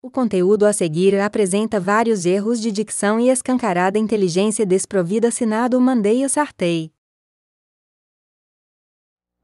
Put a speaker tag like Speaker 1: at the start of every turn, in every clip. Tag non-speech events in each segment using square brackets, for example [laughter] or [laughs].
Speaker 1: O conteúdo a seguir apresenta vários erros de dicção e escancarada inteligência desprovida assinado Mandeia Sartei.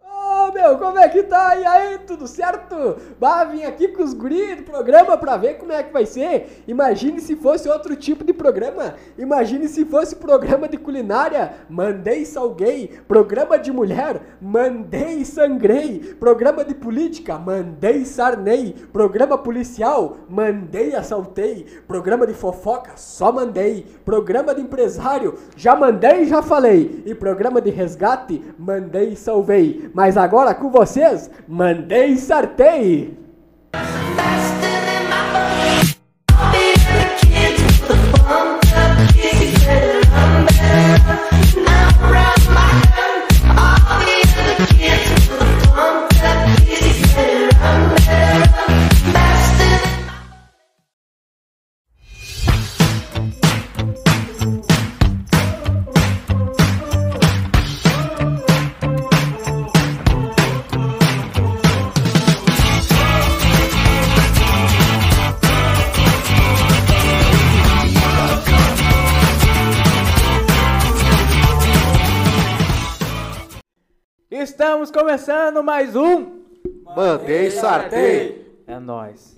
Speaker 2: Ô meu, como é que tá? E aí, tudo certo? Bah, vim aqui com os guris do programa pra ver como é que vai ser. Imagine se fosse outro tipo de programa. Imagine se fosse programa de culinária. Mandei salguei. Programa de mulher. Mandei sangrei. Programa de política. Mandei sarnei. Programa policial. Mandei assaltei. Programa de fofoca. Só mandei. Programa de empresário. Já mandei, já falei. E programa de resgate. Mandei salvei. Mas agora com vocês, mandei sartei.
Speaker 3: Estamos começando mais um.
Speaker 4: Mandei sartei.
Speaker 3: É nós.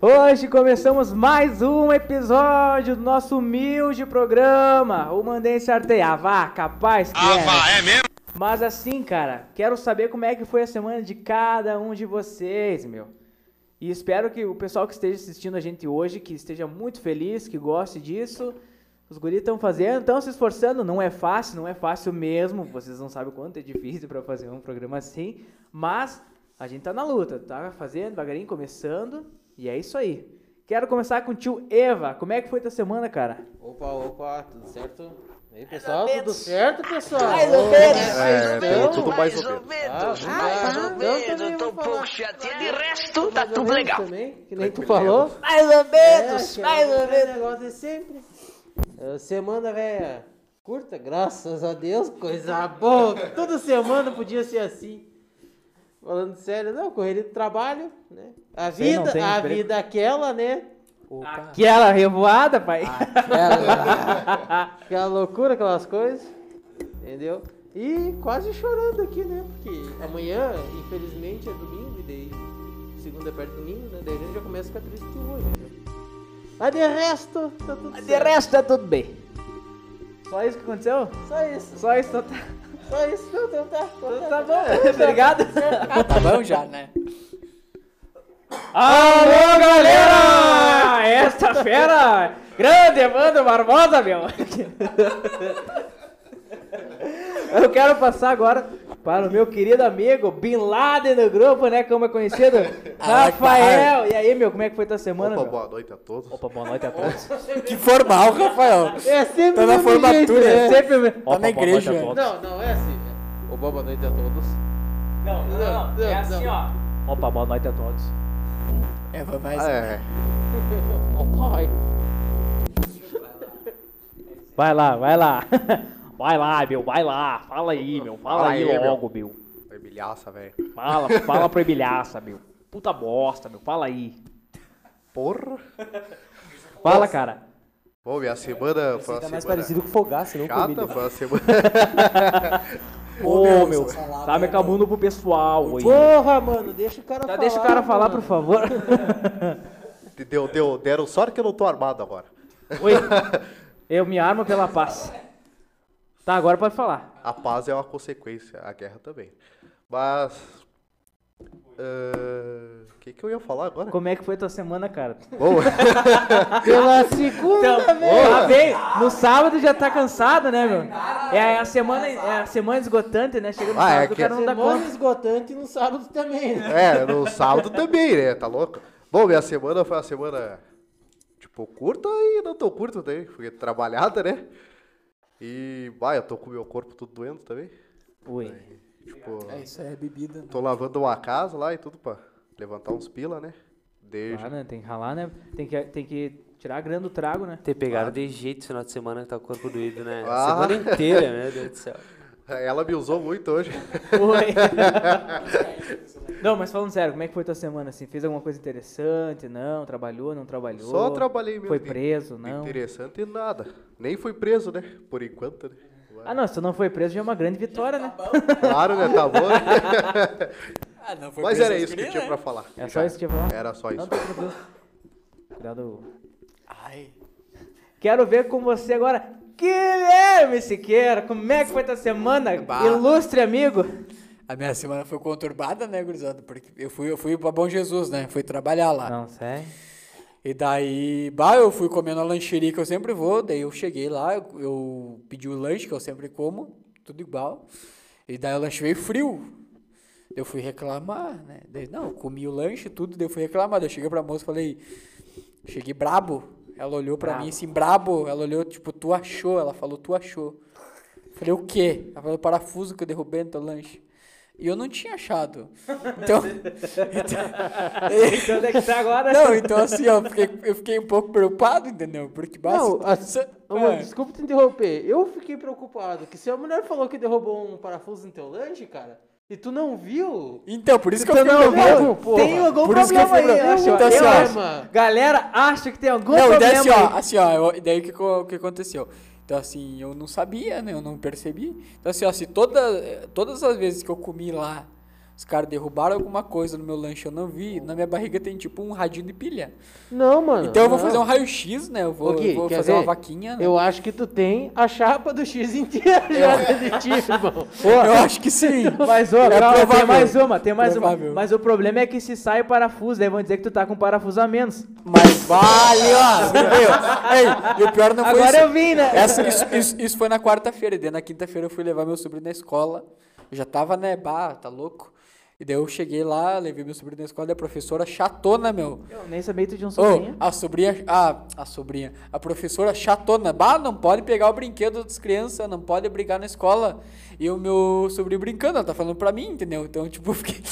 Speaker 3: Hoje começamos mais um episódio do nosso humilde programa, o Mandei Sartei. Ah, vá, capaz que é.
Speaker 4: é mesmo?
Speaker 3: Mas assim, cara, quero saber como é que foi a semana de cada um de vocês, meu. E espero que o pessoal que esteja assistindo a gente hoje, que esteja muito feliz, que goste disso. Os guris estão fazendo, estão se esforçando, não é fácil, não é fácil mesmo. Vocês não sabem o quanto é difícil para fazer um programa assim, mas a gente tá na luta, tá fazendo, devagarinho, começando, e é isso aí. Quero começar com o tio Eva. Como é que foi tua semana, cara?
Speaker 5: Opa, opa, tudo certo? E aí, pessoal, tudo certo, pessoal?
Speaker 6: Mais ou
Speaker 5: Ô,
Speaker 6: menos.
Speaker 4: É, pelo tudo mais ou menos.
Speaker 5: Ah,
Speaker 6: menos.
Speaker 5: ah,
Speaker 6: Mais ou
Speaker 5: eu também
Speaker 6: menos.
Speaker 5: vou
Speaker 6: Tô um pouco
Speaker 5: falar.
Speaker 6: chateado. De resto, tá
Speaker 5: Mais ou
Speaker 6: tudo
Speaker 5: menos
Speaker 6: legal.
Speaker 5: Também, que nem tu falou.
Speaker 6: Mais ou menos.
Speaker 5: É,
Speaker 6: Mais ou
Speaker 5: aquele
Speaker 6: menos.
Speaker 5: negócio é sempre. É, semana, velha, curta, graças a Deus, coisa boa. Toda semana podia ser assim. Falando sério, não, correria do trabalho, né? A
Speaker 3: Sei, não
Speaker 5: vida,
Speaker 3: tem
Speaker 5: a
Speaker 3: emprego.
Speaker 5: vida aquela, né?
Speaker 3: Aquela revoada, pai. é.
Speaker 5: tá Era, aquela é loucura, aquelas coisas. Entendeu? E quase chorando aqui, né? Porque amanhã, infelizmente, é domingo, e daí segunda é perto do domingo, né? Daí a gente já começa a ficar triste que hoje. Né? Mas de resto, tá
Speaker 3: [laughs]
Speaker 5: tudo
Speaker 3: De
Speaker 5: certo.
Speaker 3: resto, tá tudo bem. Só isso que aconteceu?
Speaker 5: Só isso,
Speaker 3: Só isso, então tá,
Speaker 5: só isso. Não, então tá. Então
Speaker 3: tá bom, [laughs] tá ligado?
Speaker 6: Tá bom já, né?
Speaker 3: Alô, galera! Esta fera! Grande Evandro Barbosa, meu! Eu quero passar agora para o meu querido amigo Bin Laden do grupo, né? Como é conhecido,
Speaker 6: Ah, tá.
Speaker 3: Rafael! E aí, meu, como é que foi tua semana?
Speaker 4: Opa,
Speaker 3: meu? Tá
Speaker 4: boa noite a todos.
Speaker 3: Opa, boa noite a [laughs] todos.
Speaker 7: Que formal, Rafael.
Speaker 5: É sempre
Speaker 7: Tá
Speaker 5: do
Speaker 7: na
Speaker 5: mesmo jeito,
Speaker 7: formatura.
Speaker 5: né?
Speaker 7: é
Speaker 3: Sempre me-
Speaker 7: Tá na igreja.
Speaker 5: Não, não, é assim. né? Ô, boa noite a todos.
Speaker 3: Não, não, não, é assim, ó. Opa, boa noite a todos.
Speaker 7: É, vai mais.
Speaker 4: Ah, é.
Speaker 5: Ô, pai.
Speaker 3: Vai lá, vai lá. [laughs] Vai lá, meu, vai lá. Fala aí, meu. Fala
Speaker 4: Fala
Speaker 3: aí,
Speaker 4: aí, meu.
Speaker 3: logo, meu.
Speaker 4: Foi milhaça, velho.
Speaker 3: Fala, fala pro Emilhaça, meu. Puta bosta, meu. Fala aí.
Speaker 4: Porra.
Speaker 3: Fala, cara.
Speaker 4: Bom, minha semana foi uma
Speaker 8: Tá mais
Speaker 4: semana
Speaker 8: parecido com Fogaça, não com o
Speaker 4: chata,
Speaker 8: milho.
Speaker 4: foi uma semana... [laughs]
Speaker 3: Ô, meu. Tá me acabando pro pessoal hoje.
Speaker 5: Porra, mano, deixa o cara
Speaker 3: Tá,
Speaker 5: falar.
Speaker 3: deixa o cara falar, por
Speaker 5: mano.
Speaker 3: favor. [laughs]
Speaker 4: deu, deu, deram sorte que eu não tô armado agora.
Speaker 3: Oi. Eu me armo pela paz. Tá, agora pode falar.
Speaker 4: [laughs] A paz é uma consequência, a guerra também. Mas... ah, O que que eu ia falar agora?
Speaker 3: Como é que foi tua semana, cara?
Speaker 4: Bom,
Speaker 5: Pela segunda
Speaker 3: Tá bem. No sábado já tá cansado, né, meu? É a semana, é a semana esgotante, né? Chega no
Speaker 4: Ah, é
Speaker 3: sábado, o
Speaker 4: que-
Speaker 3: cara não dá
Speaker 5: Semana
Speaker 3: conta.
Speaker 5: esgotante no sábado também, né?
Speaker 4: É, no sábado também, né? Tá louco? Bom, minha semana foi uma semana, tipo, curta e não tão curta também, porque trabalhada, né? E, bah, eu tô com o meu corpo todo doendo também.
Speaker 3: Ui.
Speaker 4: Tipo,
Speaker 8: É, isso aí é bebida.
Speaker 4: tô lavando uma casa lá e tudo pra levantar uns pila, né? Desde...
Speaker 3: Ah, né? Tem que ralar, né? Tem que, tem que tirar a grana do trago, né?
Speaker 9: Te pegaram de jeito esse final de semana que tá com o corpo doído, né?
Speaker 4: Ah.
Speaker 9: [laughs] Semana inteira, meu Deus do céu.
Speaker 4: Ela me usou muito hoje.
Speaker 3: Foi. [laughs] não, mas falando sério, como é que foi tua semana assim? Fez alguma coisa interessante? Não, trabalhou, não trabalhou?
Speaker 4: Só trabalhei mesmo.
Speaker 3: Foi
Speaker 4: de-
Speaker 3: preso,
Speaker 4: de
Speaker 3: não?
Speaker 4: Interessante nada. Nem fui preso, né? Por enquanto, né?
Speaker 3: Ah, não, se tu não foi preso já é uma grande vitória, né?
Speaker 4: Claro, né? Tá bom. né?
Speaker 2: Ah, não foi
Speaker 4: Mas
Speaker 2: preso
Speaker 4: era
Speaker 2: as
Speaker 4: isso que
Speaker 2: guri,
Speaker 4: tinha
Speaker 2: né?
Speaker 4: pra falar.
Speaker 3: É só isso que eu ia falar?
Speaker 4: Era só
Speaker 3: Não,
Speaker 4: isso.
Speaker 3: tá tranquilo. Cuidado.
Speaker 2: Ai,
Speaker 3: Quero ver com você agora, Guilherme Siqueira. Como é que foi tua semana,
Speaker 2: Bah.
Speaker 3: ilustre amigo?
Speaker 2: a minha semana foi conturbada, né, gurizada? Porque eu fui, eu fui pra Bom Jesus, né? Fui trabalhar lá.
Speaker 3: Não sei.
Speaker 2: E daí, bah, eu fui comendo a lancheria que eu sempre vou, daí eu cheguei lá, eu, eu pedi o lanche que eu sempre como, tudo igual. E daí o lanche veio frio. Eu fui reclamar, né? Daí, não, eu comi o lanche, tudo, daí eu fui reclamar. Daí eu cheguei pra moça e falei, cheguei brabo. Ela olhou pra mim assim, brabo. Ela olhou, tipo, tu achou? Ela falou, tu achou. Falei, o quê? Ela falou, o parafuso que eu derrubei no teu lanche. E eu não tinha achado. Então,
Speaker 3: Então onde é que tá agora?
Speaker 2: não, então assim, ó, eu fiquei, eu fiquei um pouco preocupado, entendeu? Porque
Speaker 5: Não,
Speaker 2: basta. Ah,
Speaker 5: Ô, mano, desculpa te interromper. Eu fiquei preocupado que se a mulher falou que derrubou um parafuso no teu lanche, cara, e tu não viu.
Speaker 2: Então, por isso que eu
Speaker 5: Então
Speaker 2: fiquei
Speaker 5: não,
Speaker 2: preocupado.
Speaker 5: viu? Porra.
Speaker 3: Tem algum
Speaker 2: Por isso que eu
Speaker 3: problema
Speaker 2: fui
Speaker 3: aí,
Speaker 2: pra-
Speaker 3: eu acho.
Speaker 2: Então,
Speaker 3: eu
Speaker 2: assim, ó.
Speaker 3: acho. é Galera, acha que tem algum
Speaker 2: Não, e daí
Speaker 3: problema
Speaker 2: assim,
Speaker 3: aí.
Speaker 2: ó, assim, ó, eu- e daí o que, co- o que aconteceu? Então, assim, eu não sabia, né? Eu não percebi. Então, assim, ó, se toda, eh, todas as vezes que eu comi lá, os caras derrubaram alguma coisa no meu lanche, eu não vi, na minha barriga tem tipo um radinho de pilha.
Speaker 5: Não, mano.
Speaker 2: Então eu vou
Speaker 5: não.
Speaker 2: fazer um raio-x, né? Eu vou,
Speaker 5: Ô, Gui,
Speaker 2: eu vou
Speaker 5: quer
Speaker 2: fazer uma
Speaker 5: ver?
Speaker 2: vaquinha. né?
Speaker 5: Eu acho que tu tem a chapa do X inteira já
Speaker 2: [laughs]
Speaker 5: dentro de ti, irmão.
Speaker 2: eu acho que sim.
Speaker 3: é. [laughs] Mas, ô,
Speaker 2: É
Speaker 3: calma, tem
Speaker 2: provável.
Speaker 3: mais uma, tem mais
Speaker 2: Provável.
Speaker 3: uma. Mas o problema é que se sai o parafuso, daí vão dizer que tu tá com parafuso a menos.
Speaker 2: Mas vale, ó. Meu. Ei, e o pior não foi
Speaker 3: Agora
Speaker 2: isso. É assim.
Speaker 3: eu vim, né?
Speaker 2: Essa- isso, isso- isso foi na quarta-feira. E daí na quinta-feira eu fui levar meu sobrinho na escola. Eu já tava, né? Bah, tá louco. E daí eu cheguei lá, levei meu sobrinho na escola. Daí a professora chatona, meu.
Speaker 3: Eu nem sabia que tu tinha um
Speaker 2: Ô,
Speaker 3: sobrinho.
Speaker 2: a sobrinha. Ah, a sobrinha. A professora chatona. Bah, não pode pegar o brinquedo das crianças. Não pode brigar na escola. E o meu sobrinho brincando. Ela tá falando pra mim, entendeu? Então, tipo, eu fiquei.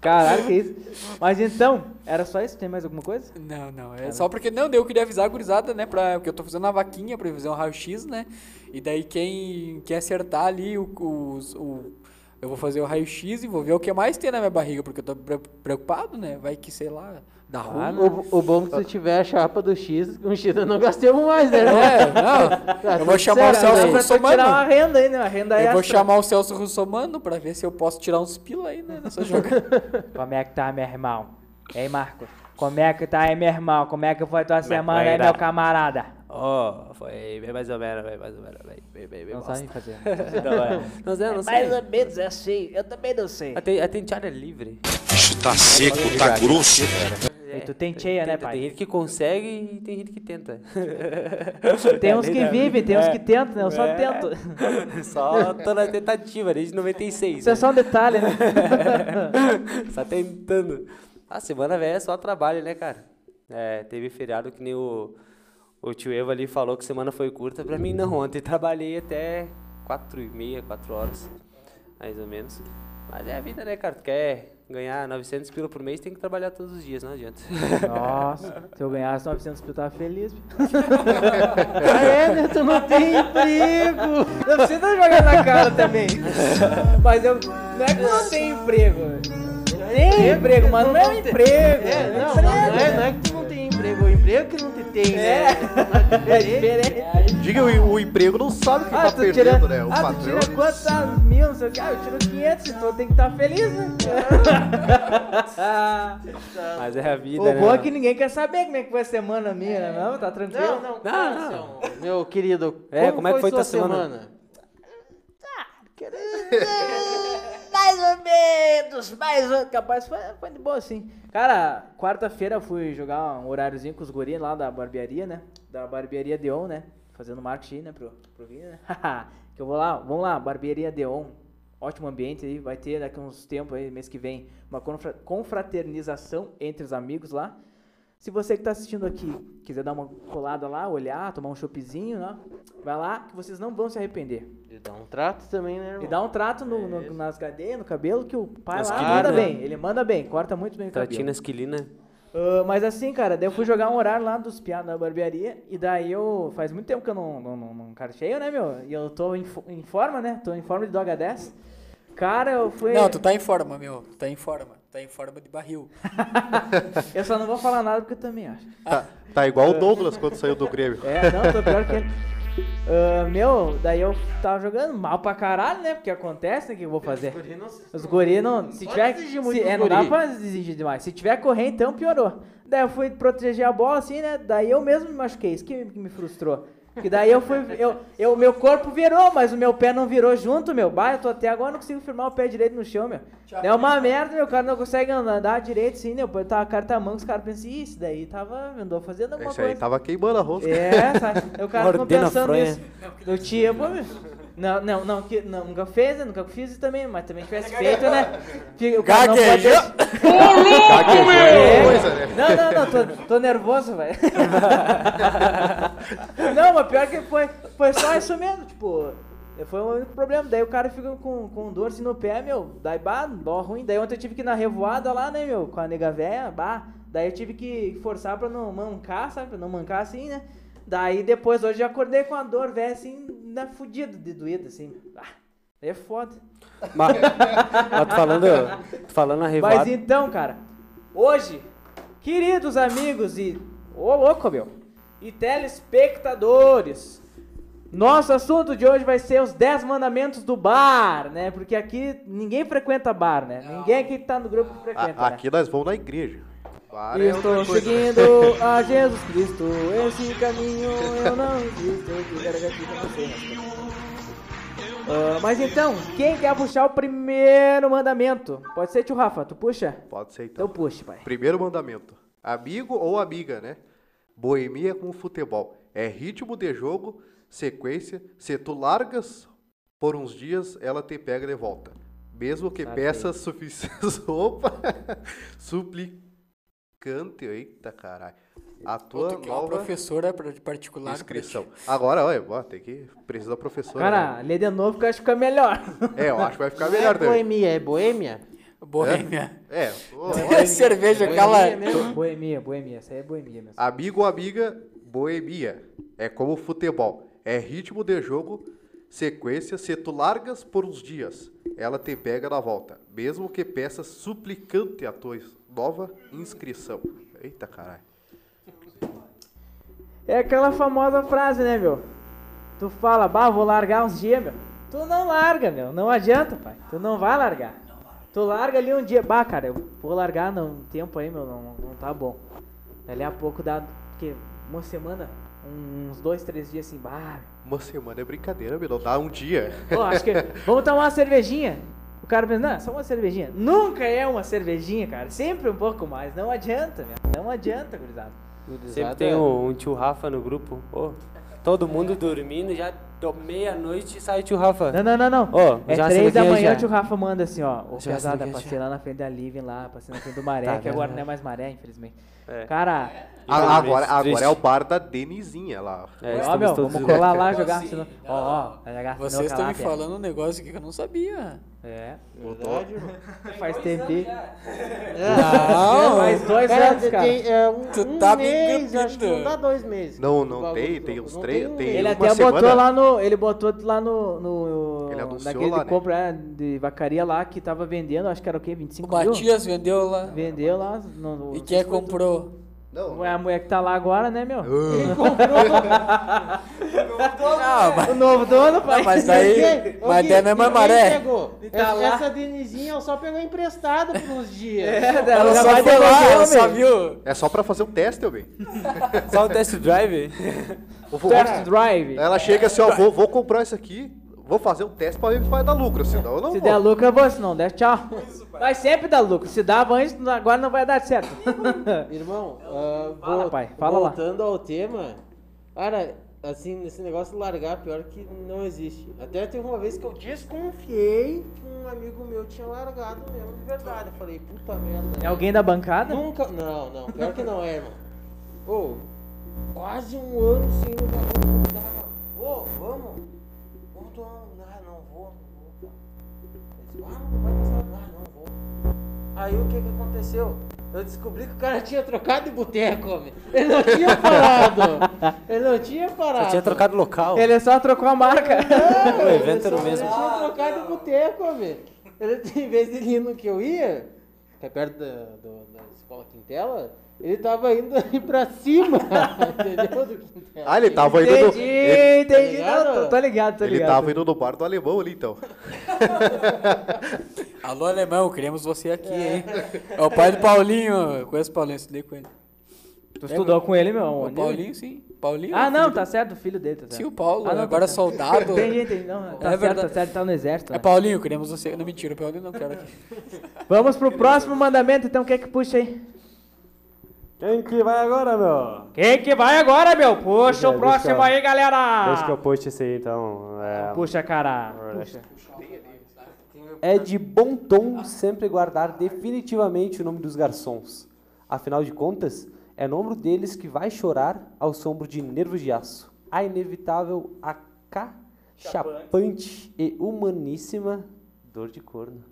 Speaker 3: Caralho, que isso. Mas então, era só isso? Tem mais alguma coisa?
Speaker 2: Não, não. É só porque. Não, daí eu queria avisar a gurizada, né? Pra, porque eu tô fazendo uma vaquinha pra fazer um raio-x, né? E daí quem, quem acertar ali o, os- o- Eu vou fazer o raio-x e vou ver o que mais tem na minha barriga, porque eu tô pre- preocupado, né? Vai que, sei lá, dá
Speaker 3: Ah,
Speaker 2: ruim.
Speaker 5: O, o bom é que se tu tiver a chapa do X, com X eu não gastemos mais, né? irmão?
Speaker 2: É,
Speaker 3: [laughs]
Speaker 2: não. Eu vou chamar o
Speaker 5: Sério,
Speaker 2: Celso
Speaker 3: Tá,
Speaker 5: velho.
Speaker 3: Pra tu tirar uma
Speaker 2: Russomano.
Speaker 3: renda aí, né? Uma renda
Speaker 2: Eu
Speaker 3: extra.
Speaker 2: vou chamar o Celso Russomano pra ver se eu posso tirar uns pila aí, né?
Speaker 3: [laughs]
Speaker 2: Nessa jogada.
Speaker 3: Como é que tá, meu irmão? Ei, Marcos. Como é que tá aí, meu irmão? Como é que foi tua semana aí, meu camarada?
Speaker 9: Oh, foi bem mais ou menos, bem mais ou menos, bem, bem, bem, bem
Speaker 3: Não
Speaker 9: bosta.
Speaker 3: sabe
Speaker 9: [laughs]
Speaker 3: fazer. né?
Speaker 9: Não é.
Speaker 10: Mas é, não
Speaker 11: Mais
Speaker 10: sei.
Speaker 11: ou menos assim, eu também não sei.
Speaker 9: Até, até diário é livre.
Speaker 3: E tu tem cheia, né,
Speaker 9: Tenta, Tem
Speaker 3: pai?
Speaker 9: gente que consegue e tem gente que tenta.
Speaker 3: [laughs] Tem uns que vivem, tem uns que tentam, né? Eu só
Speaker 9: É.
Speaker 3: tento.
Speaker 9: [laughs] Só tô na tentativa desde 96.
Speaker 3: Isso é só um detalhe, né?
Speaker 9: [laughs] Só Tá tentando. A semana velha é só trabalho, né, cara? É, teve feriado que nem o, o tio Evo ali falou que semana foi curta. Pra mim, não. Ontem trabalhei até 4 e meia, 4 horas, mais ou menos. Mas é a vida, né, cara? Tu quer ganhar 900 pila por mês, tem que trabalhar todos os dias, não adianta.
Speaker 3: [laughs]
Speaker 9: [laughs]
Speaker 3: Nossa, se eu ganhasse 900 eu tava feliz.
Speaker 5: Ah, é, né? Tu não tem emprego.
Speaker 3: Não precisa jogar na cara também. Mas eu. Não é que eu não tenho emprego. Tem emprego, mas não é um emprego.
Speaker 5: [laughs] É, não, não, não é, não é que tu não tem emprego, é o emprego que não te tem, [laughs] né?
Speaker 3: É diferente.
Speaker 4: Diga, o, o emprego não sabe o que
Speaker 3: Ah,
Speaker 4: tá
Speaker 3: tu
Speaker 4: perdendo,
Speaker 3: tira,
Speaker 4: né? O
Speaker 3: ah, tu
Speaker 4: patrão.
Speaker 3: tira quantas mil, não sei o que. Ah, eu tiro 500, então tem que estar feliz, né?
Speaker 9: Mas é a vida,
Speaker 3: o
Speaker 9: né?
Speaker 3: bom é que ninguém quer saber como é que foi a semana minha, né? Não, tá tranquilo.
Speaker 5: Não, não, não, Meu querido,
Speaker 9: É, como é que foi
Speaker 5: sua
Speaker 9: tua semana?
Speaker 3: [laughs]
Speaker 11: Mais ou menos, mais ou
Speaker 3: Capaz foi, foi de boa, sim. Cara, quarta-feira eu fui jogar um horáriozinho com os guris lá da barbearia, né? Da barbearia Deon, né? Fazendo marketing, aí, né? Pro, pro Vini, né? [laughs] que eu vou lá, vamos lá, barbearia Deon. Ótimo ambiente aí, vai ter daqui uns tempos aí, mês que vem, uma confra- confraternização entre os amigos lá. Se você que tá assistindo aqui quiser dar uma colada lá, olhar, tomar um choppzinho, né? Vai lá que vocês não vão se arrepender.
Speaker 5: E dá um trato também, né, irmão?
Speaker 3: E dá um trato no, no- nas cadeias, no cabelo, que o pai
Speaker 9: Nas
Speaker 3: lá
Speaker 9: quilinas.
Speaker 7: né?
Speaker 3: manda bem. Ele manda bem, corta muito bem o cabelo.
Speaker 9: Tratina esquilina.
Speaker 3: Ah, mas assim, cara, daí eu fui jogar um horário lá dos piados da barbearia, e daí eu. Faz muito tempo que eu não, não, não, não carcheio, né, meu? E eu tô em, fo- em forma, né? Tô em forma de Doga 10. Cara, eu fui.
Speaker 7: Não, tu tá em forma, meu. Tu tá em forma. Tá em forma de barril.
Speaker 3: [laughs] Eu só não vou falar nada porque eu também acho.
Speaker 4: Tá, tá igual o Douglas quando saiu do Grêmio.
Speaker 3: É,
Speaker 4: [laughs]
Speaker 3: não, tô pior que ele. Ah, meu, daí eu tava jogando mal pra caralho, né? Porque acontece, né? O que eu vou fazer? Os guri não. Se
Speaker 5: Pode
Speaker 3: tiver.
Speaker 5: exigir muito
Speaker 3: se-
Speaker 5: dos
Speaker 3: é, não dá
Speaker 5: guri.
Speaker 3: pra exigir demais. Se tiver correr, então piorou. Daí eu fui proteger a bola assim, né? Daí eu mesmo me machuquei. Isso que me- que me frustrou. Que daí eu fui. Eu, eu, meu corpo virou, mas o meu pé não virou junto, meu. Bah, eu tô até agora não consigo firmar o pé direito no chão, meu. É uma merda, meu. O cara não consegue andar direito assim, né? Eu tava cartamanco, os caras pensam, "Ih, esse daí tava. Andou fazendo alguma
Speaker 4: Esse
Speaker 3: coisa.
Speaker 4: É aí tava queimando a rosca.
Speaker 3: É, sabe? O cara ficou
Speaker 9: Mordendo a
Speaker 3: pensando
Speaker 9: fronha.
Speaker 3: nisso. Do tipo, meu, não, não, não, que, não, nunca fez, né? nunca fiz também, mas também tivesse feito, né? Fica- o cara não pode-
Speaker 7: Gaguejou.
Speaker 4: Tá queimando
Speaker 3: É.
Speaker 4: a coisa, né?
Speaker 3: Não, não, não, tô, tô nervoso, velho. Não, mas pior que foi, foi só isso mesmo, tipo, foi o único problema. Daí o cara fica com, com dor assim no pé, meu, daí bah, dó ruim. Daí ontem eu tive que ir na revoada lá, né, meu, com a nega véia, bah. Daí eu tive que forçar pra não mancar, sabe, pra não mancar assim, né. Daí depois, hoje eu acordei com a dor, velho, assim, na fudida, de doída, assim. Ah, é foda.
Speaker 9: Mas, [laughs] mas tu falando, tu falando a
Speaker 3: Mas
Speaker 9: revoada.
Speaker 3: então, cara, hoje, queridos amigos e. Ô louco, meu! E telespectadores, nosso assunto de hoje vai ser os 10 mandamentos do bar, né? Porque aqui ninguém frequenta bar, né? Ninguém aqui que tá no grupo que frequenta.
Speaker 4: A-
Speaker 3: né?
Speaker 4: aqui nós vamos na igreja. Para é outra
Speaker 3: Estou
Speaker 4: coisa.
Speaker 3: seguindo a
Speaker 4: [laughs]
Speaker 3: Jesus Cristo, esse caminho eu não existo. eu quero que aqui pra você, né? Ah, mas então, quem quer puxar o primeiro mandamento? Pode ser, tio Rafa, tu puxa?
Speaker 4: Pode ser então.
Speaker 3: Então puxa, pai.
Speaker 4: Primeiro mandamento. Amigo ou amiga, né? Boemia com futebol. É ritmo de jogo, sequência. Se tu largas por uns dias, ela te pega de volta. Mesmo que peças [laughs] suficientes. Opa! Suplicante. Eita caralho. A
Speaker 7: Pô,
Speaker 4: tua
Speaker 7: tu quer é um uma
Speaker 4: nova
Speaker 7: professora pra- de particular.
Speaker 4: inscrição. Agora, olha, ó, tem que precisar da professora.
Speaker 3: Cara,
Speaker 4: né?
Speaker 3: lê de novo que eu acho que fica melhor.
Speaker 4: É, eu acho que vai ficar
Speaker 5: Não é
Speaker 4: melhor também.
Speaker 5: boemia, é boêmia?
Speaker 7: Boêmia.
Speaker 4: É, ô, ó,
Speaker 7: Cerveja,
Speaker 5: Boêmia
Speaker 7: aquela.
Speaker 5: mesmo?
Speaker 3: boemia, boemia, essa aí é boemia mesmo.
Speaker 4: Amigo ou amiga, boemia. É como futebol. É ritmo de jogo, sequência. Se tu largas por uns dias, ela te pega na volta. Mesmo que peça suplicante a tua nova inscrição. Eita caralho.
Speaker 3: É aquela famosa frase, né, meu? Tu fala, bah, vou largar uns dias, meu. Tu não larga, meu. Não adianta, pai. Tu não vai largar. Tu larga ali um dia. Bah, cara, eu vou largar não, um tempo aí, meu. Não, não- não tá bom. Dali a pouco dá que uma semana, Um, uns dois, três dias assim, bah.
Speaker 4: Uma semana é brincadeira, meu. Dá um dia.
Speaker 3: Pô, acho que. Vamos tomar uma cervejinha. O cara pensa, não, é só uma cervejinha. Nunca é uma cervejinha, cara. Sempre um pouco mais. Não adianta, meu. Não adianta, gurizada.
Speaker 9: Sempre tem um, um tio Rafa no grupo. Ô, todo mundo dormindo, já deu meia-noite e sai o tio
Speaker 12: [laughs]
Speaker 9: Rafa.
Speaker 3: Não, não, não, não.
Speaker 9: Ó,
Speaker 3: é
Speaker 9: já
Speaker 3: três
Speaker 9: sei
Speaker 3: da
Speaker 9: quem é,
Speaker 3: manhã
Speaker 9: já.
Speaker 3: o tio Rafa manda assim, ó. Ô,
Speaker 9: Já sei
Speaker 3: pesada,
Speaker 9: quem é,
Speaker 3: passei lá na frente da Living lá, passei na frente do Maré,
Speaker 9: Tá,
Speaker 3: que agora
Speaker 9: verdade.
Speaker 3: não é mais Maré, infelizmente.
Speaker 9: É.
Speaker 3: Cara,
Speaker 4: A- agora, agora
Speaker 9: Triste.
Speaker 4: é o bar da Denizinha lá.
Speaker 9: É,
Speaker 3: ó,
Speaker 9: estamos
Speaker 3: meu,
Speaker 9: todos
Speaker 3: vamos
Speaker 9: juntos.
Speaker 3: colar lá, jogar senão... Ó, ó, vai jogar senão
Speaker 7: Vocês estão me
Speaker 3: calafia.
Speaker 7: falando um negócio aqui que eu não sabia.
Speaker 3: É,
Speaker 4: Verdade,
Speaker 3: faz tempo.
Speaker 7: Não.
Speaker 3: Faz dois
Speaker 5: Cara,
Speaker 3: anos, cara.
Speaker 5: Tem, é, um,
Speaker 7: Tu
Speaker 5: um
Speaker 7: tá me
Speaker 5: mês, acho que não
Speaker 7: engambindo.
Speaker 5: dá dois meses.
Speaker 4: Não,
Speaker 5: O
Speaker 4: não
Speaker 5: bagulho
Speaker 4: tem.
Speaker 5: do-
Speaker 4: Tem uns
Speaker 5: não
Speaker 4: três.
Speaker 5: um
Speaker 4: Tem
Speaker 5: mês.
Speaker 3: Ele
Speaker 4: uma
Speaker 3: até
Speaker 4: semana.
Speaker 3: botou lá no. Ele botou lá no. no
Speaker 4: Ele anunciou
Speaker 3: naquele
Speaker 4: lá,
Speaker 3: de
Speaker 4: né?
Speaker 3: compra é, de vacaria lá que tava vendendo, acho que era o quê? 25
Speaker 7: O
Speaker 3: mil?
Speaker 7: Matias vendeu lá.
Speaker 3: Vendeu lá. No, no-
Speaker 7: E quem comprou?
Speaker 4: Não,
Speaker 3: É a mulher que tá lá agora, né, meu?
Speaker 7: Ah, mas,
Speaker 3: né? O novo dono, pai.
Speaker 7: mas
Speaker 5: Quem-
Speaker 7: daí.
Speaker 5: Ô,
Speaker 7: Mas
Speaker 5: Gui,
Speaker 7: daí não é mais
Speaker 5: ninguém
Speaker 7: maré.
Speaker 5: pegou.
Speaker 3: tá lá.
Speaker 5: Essa Denizinha eu só pegou emprestado por
Speaker 3: [laughs]
Speaker 5: uns dias.
Speaker 3: É,
Speaker 7: Ela
Speaker 3: já
Speaker 7: só
Speaker 3: vai
Speaker 7: foi lá,
Speaker 3: devolver,
Speaker 7: ela só
Speaker 3: meu.
Speaker 7: viu.
Speaker 4: É só pra fazer um teste, meu bem.
Speaker 9: Só o test drive.
Speaker 4: O vo-
Speaker 3: Test drive.
Speaker 4: Ela chega assim, ó, vou, vou comprar isso aqui, vou fazer um teste pra ver se vai dar lucro, senão eu não
Speaker 3: Se
Speaker 4: vou.
Speaker 3: der lucro, eu vou, se não der, tchau. Mas sempre dá lucro. Se dava antes, agora não vai dar certo.
Speaker 5: Irmão, ah,
Speaker 3: Fala,
Speaker 5: vol-
Speaker 3: pai, fala lá.
Speaker 5: voltando ao tema, cara, assim, nesse negócio de largar, pior que não existe. Até teve uma vez que eu desconfiei que um amigo meu tinha largado mesmo, de verdade. Eu falei, puta merda.
Speaker 3: É alguém da bancada?
Speaker 5: Nunca. Não, não, pior que não é, irmão. Ô, quase um ano sem o bagulho não dava. Ô, vamos? Vamos tomar um. Ah, não vou, não vou. cara. Eles, Ah, não vai passar. Ah, não vou. Aí o que que aconteceu? eu descobri que o cara tinha trocado de boteco, homem. Ele não tinha parado. Ele não tinha parado.
Speaker 9: Só tinha trocado local.
Speaker 3: Ele só trocou a marca.
Speaker 5: Não,
Speaker 9: O
Speaker 5: ele
Speaker 9: evento era o
Speaker 5: só-
Speaker 9: mesmo.
Speaker 5: Ele tinha trocado de boteco, homem. Ele, em vez de ir no que eu ia, que é perto da, do- da escola Quintela, ele tava indo [laughs] ali pra cima, entendeu? Do Quintela.
Speaker 4: Ah, ele tava indo no.
Speaker 3: Entendi,
Speaker 4: Ele,
Speaker 3: entendi.
Speaker 5: Tá
Speaker 3: Não, tô, tô ligado, tô
Speaker 4: ele
Speaker 3: ligado.
Speaker 4: tava indo no bar do alemão ali, então.
Speaker 7: Alô, alemão, queremos você aqui, hein? É o pai do Paulinho. Eu conheço o Paulinho, estudei com ele.
Speaker 3: Tu estudou com ele, É meu?
Speaker 7: O
Speaker 3: onde?
Speaker 7: Paulinho, sim. Paulinho?
Speaker 3: Ah,
Speaker 7: o
Speaker 3: não,
Speaker 7: filho
Speaker 3: tá certo, o filho dele, tá certo.
Speaker 7: do- Sim, o Paulo.
Speaker 3: Ah, não,
Speaker 7: agora
Speaker 3: tá certo.
Speaker 7: soldado. [laughs]
Speaker 3: Entendi, entendi. Não, tá
Speaker 7: É
Speaker 3: certo,
Speaker 7: verdade.
Speaker 3: tá certo, tá no exército.
Speaker 7: É
Speaker 3: né?
Speaker 7: Paulinho, queremos você. Não, mentira, o Paulinho não quero aqui.
Speaker 3: Vamos pro próximo mandamento, então, quem é que puxa aí?
Speaker 12: Quem que vai agora, meu?
Speaker 3: Quem que vai agora, meu? Puxa
Speaker 12: Deixa-
Speaker 3: o próximo
Speaker 12: deixa-
Speaker 3: aí,
Speaker 9: Ah.
Speaker 3: galera!
Speaker 12: Deixa que eu puxe esse aí, então. É,
Speaker 3: Puxa, cara. Puxa.
Speaker 9: É de bom tom sempre guardar definitivamente o nome dos garçons. Afinal de contas, é número deles que vai chorar ao sombro de nervos de aço. A inevitável acachapante e humaníssima dor de corno.